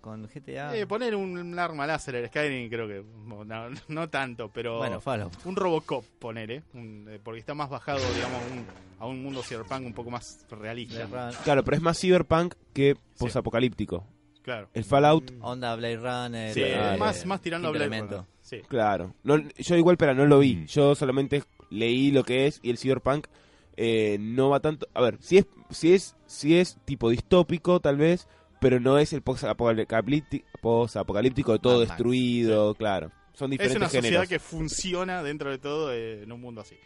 Con, con GTA. eh, poner un, un arma láser al Skyrim creo que no, no tanto, pero... bueno, Fallout. un Robocop, poner, ¿eh? Un, eh, porque está más bajado, digamos, un- a un mundo cyberpunk un poco más realista. Blade Runner, Claro, pero es más cyberpunk que posapocalíptico. Claro. El Mm. Fallout, Onda Blade Runner. Sí, eh, más, más tirando a Blade Implemento. Runner. Sí. claro. No- yo igual, pero no lo Mm. vi. Yo solamente leí lo que es y el cyberpunk eh, no va tanto... A ver, si es, si es, si es tipo distópico, tal vez, pero no es el posapocalípti- posapocalíptico de todo Mad Max, destruido, claro. Son Es una diferentes sociedad géneros. que funciona dentro de todo eh, en un mundo así.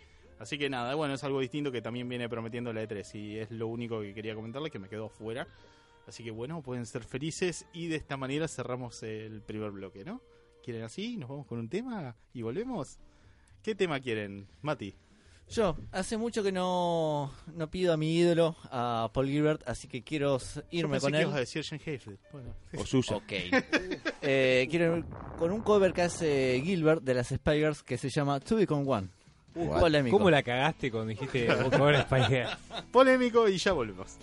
Así que nada, bueno, es algo distinto que también viene prometiendo la E3 y es lo único que quería comentarle que me quedó fuera. Así que bueno, pueden ser felices y de esta manera cerramos el primer bloque, ¿no? ¿Quieren así? ¿Nos vamos con un tema y volvemos? ¿Qué tema quieren, Mati? Yo, hace mucho que no, no pido a mi ídolo, a Paul Gilbert, así que quiero s- Yo irme pensé con que él. ibas a decir Jen Hayfield. Bueno. O Yuya. Ok. [laughs] Eh, quiero ir con un cover que hace Gilbert de las Spiders que se llama To Become One. What? Polémico. [laughs] ¿Cómo la cagaste cuando dijiste vos comer Spider? Polémico y ya volvemos.